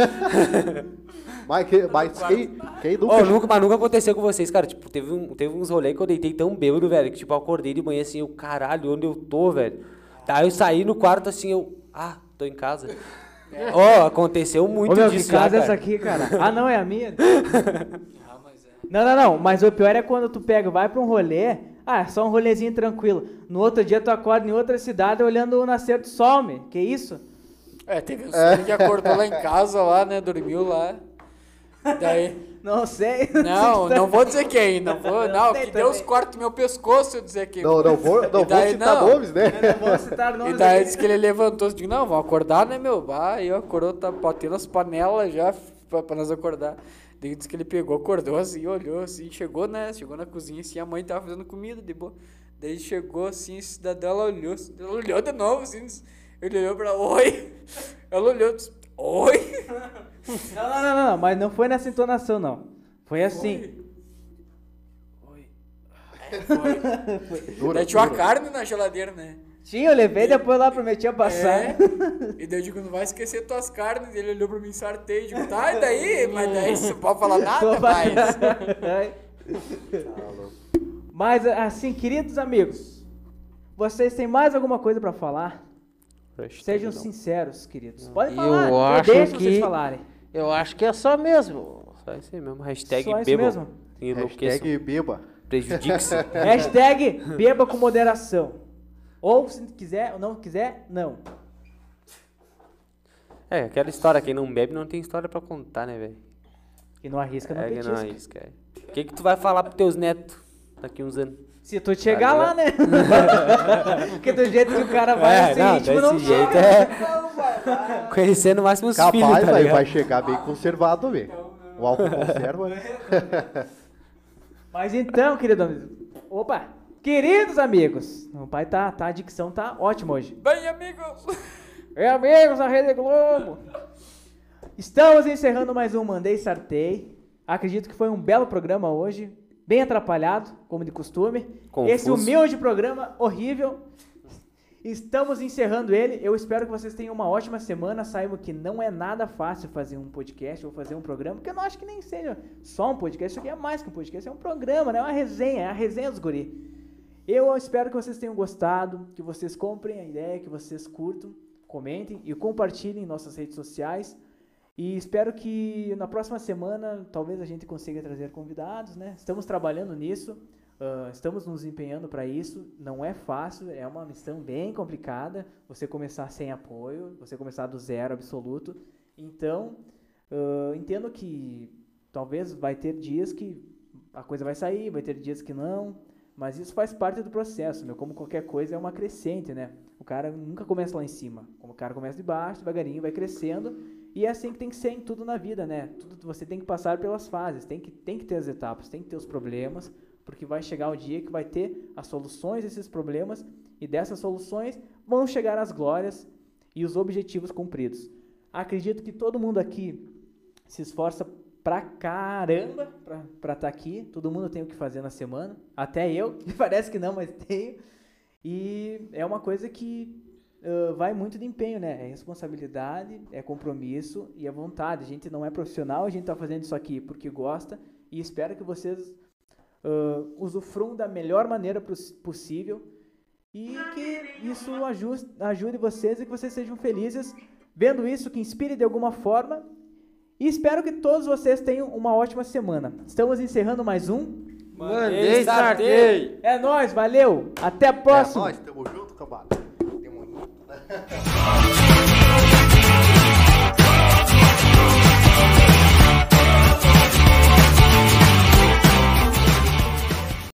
Speaker 4: Mas, que- mas quem, quem
Speaker 9: Ô,
Speaker 4: nunca.
Speaker 9: nunca, mas nunca aconteceu com vocês, cara. Tipo, teve, um, teve uns rolês que eu deitei tão bêbado, velho, que tipo, eu acordei de manhã assim, eu, caralho, onde eu tô, velho? Daí eu saí no quarto assim, eu, ah, tô em casa.
Speaker 3: É.
Speaker 9: Ó, aconteceu muito
Speaker 3: Ô, meu,
Speaker 9: disso
Speaker 3: que casa é
Speaker 9: já,
Speaker 3: essa
Speaker 9: cara.
Speaker 3: aqui, cara? Ah, não, é a
Speaker 7: [laughs]
Speaker 3: minha? Não, não, não, mas o pior é quando tu pega, vai pra um rolê, ah, é só um rolezinho tranquilo. No outro dia tu acorda em outra cidade olhando o nascer do sol, me. Que isso?
Speaker 7: É, teve um senhor que acordou lá em casa, lá, né? Dormiu lá. Daí.
Speaker 3: Não sei. [laughs]
Speaker 7: Não, não vou dizer quem, não vou. Não,
Speaker 3: sei
Speaker 7: que Deus
Speaker 3: também.
Speaker 7: corta meu pescoço eu dizer quem.
Speaker 4: Não, não vou, não
Speaker 7: E daí,
Speaker 4: vou citar
Speaker 7: não.
Speaker 4: nomes, né?
Speaker 3: Eu não vou citar
Speaker 7: E tá
Speaker 3: nomes
Speaker 7: daí
Speaker 3: aqui.
Speaker 7: disse que ele levantou e disse, não, vão acordar, né, meu? Bah, eu acordou, tá batendo as panelas já pra, pra nós acordar. Daí disse que ele pegou, acordou assim, olhou assim, chegou, né? Chegou na cozinha assim, a mãe tava fazendo comida de boa. Daí chegou assim, a cidadã, ela olhou, assim, ela olhou de novo, assim, disse- ele olhou pra oi. [laughs] Ela olhou, disse, oi.
Speaker 3: Não, não, não, não, não, mas não foi nessa entonação, não. Foi assim.
Speaker 7: Daí tinha uma carne na geladeira, né?
Speaker 3: Tinha, eu levei, depois lá prometi a passar. [laughs]
Speaker 7: É. E daí eu digo, não vai esquecer tuas carnes. Ele olhou pra mim, sartei, digo, tá, e daí? Mas daí você não pode falar nada mais. [laughs]
Speaker 3: Ai. Mas assim, queridos amigos, vocês têm mais alguma coisa pra falar? Sejam sinceros, queridos. Podem
Speaker 5: Eu
Speaker 3: falar. Eu
Speaker 5: acho
Speaker 3: deixo vocês
Speaker 5: que-
Speaker 3: falarem.
Speaker 5: Eu acho que é só mesmo.
Speaker 9: Só isso aí mesmo, hashtag
Speaker 3: Só isso
Speaker 9: bebam.
Speaker 3: mesmo?
Speaker 9: Enlouqueçam,
Speaker 4: Hashtag beba.
Speaker 3: [laughs]
Speaker 9: prejudique-se.
Speaker 3: Hashtag beba com moderação. Ou se quiser ou não quiser, não.
Speaker 9: é, aquela história, quem não bebe não tem história pra contar, né, velho?
Speaker 3: Que não arrisca, não
Speaker 9: É que não é
Speaker 3: petisca.
Speaker 9: isso, cara. O que que tu vai falar pros teus netos daqui uns anos?
Speaker 3: Se tu chegar lá, né? [laughs] Porque do jeito que o cara vai assim, tipo, não
Speaker 9: É, desse jeito é... Conhecer no máximo os filhos,
Speaker 4: Capaz,
Speaker 9: tá
Speaker 4: vai,
Speaker 9: ligado?
Speaker 4: vai chegar bem conservado, velho. O álcool conserva, né?
Speaker 3: Mas então, querido amigo. Opa! Queridos amigos! O pai tá, tá, a dicção tá ótima hoje.
Speaker 7: Bem, amigos.
Speaker 3: É amigos da Rede Globo! Estamos encerrando mais um Mandei Sartei. Acredito que foi um belo programa hoje, bem atrapalhado, como de costume.
Speaker 9: Confuso.
Speaker 3: Esse humilde programa horrível. Estamos encerrando ele. Eu espero que vocês tenham uma ótima semana. Saibam que não é nada fácil fazer um podcast ou fazer um programa, porque eu não acho que nem seja só um podcast. Isso aqui é mais que um podcast, é um programa, né? É uma resenha, é a resenha dos guri. Eu espero que vocês tenham gostado, que vocês comprem a ideia, que vocês curtam, comentem e compartilhem em nossas redes sociais. E espero que na próxima semana talvez a gente consiga trazer convidados, né? Estamos trabalhando nisso, ah, estamos nos empenhando para isso. Não é fácil, é uma missão bem complicada. Você começar sem apoio, você começar do zero absoluto. Então, ah, entendo que talvez vai ter dias que a coisa vai sair, vai ter dias que não. Mas isso faz parte do processo, meu. Como qualquer coisa, é uma crescente, né? O cara nunca começa lá em cima. Como o cara começa de baixo, devagarinho, vai crescendo E é assim que tem que ser em tudo na vida, né? Tudo, você tem que passar pelas fases, tem que, tem que ter as etapas, tem que ter os problemas, porque vai chegar o dia que vai ter as soluções desses problemas, e dessas soluções vão chegar as glórias e os objetivos cumpridos. Acredito que todo mundo aqui se esforça pra caramba pra estar aqui. Todo mundo tem o que fazer na semana. Até eu, [laughs] que parece que não, mas tenho. E é uma coisa que ah, vai muito de empenho, né? É responsabilidade, é compromisso e é vontade. A gente não é profissional, a gente tá fazendo isso aqui porque gosta e espero que vocês ah, usufruam da melhor maneira pos- possível e que isso ajuste- ajude vocês e que vocês sejam felizes vendo isso, que inspire de alguma forma. E espero que todos vocês tenham uma ótima semana. Estamos encerrando mais um.
Speaker 9: Mandei, startei!
Speaker 3: É nóis, valeu! Até a próxima!
Speaker 4: É nóis, teu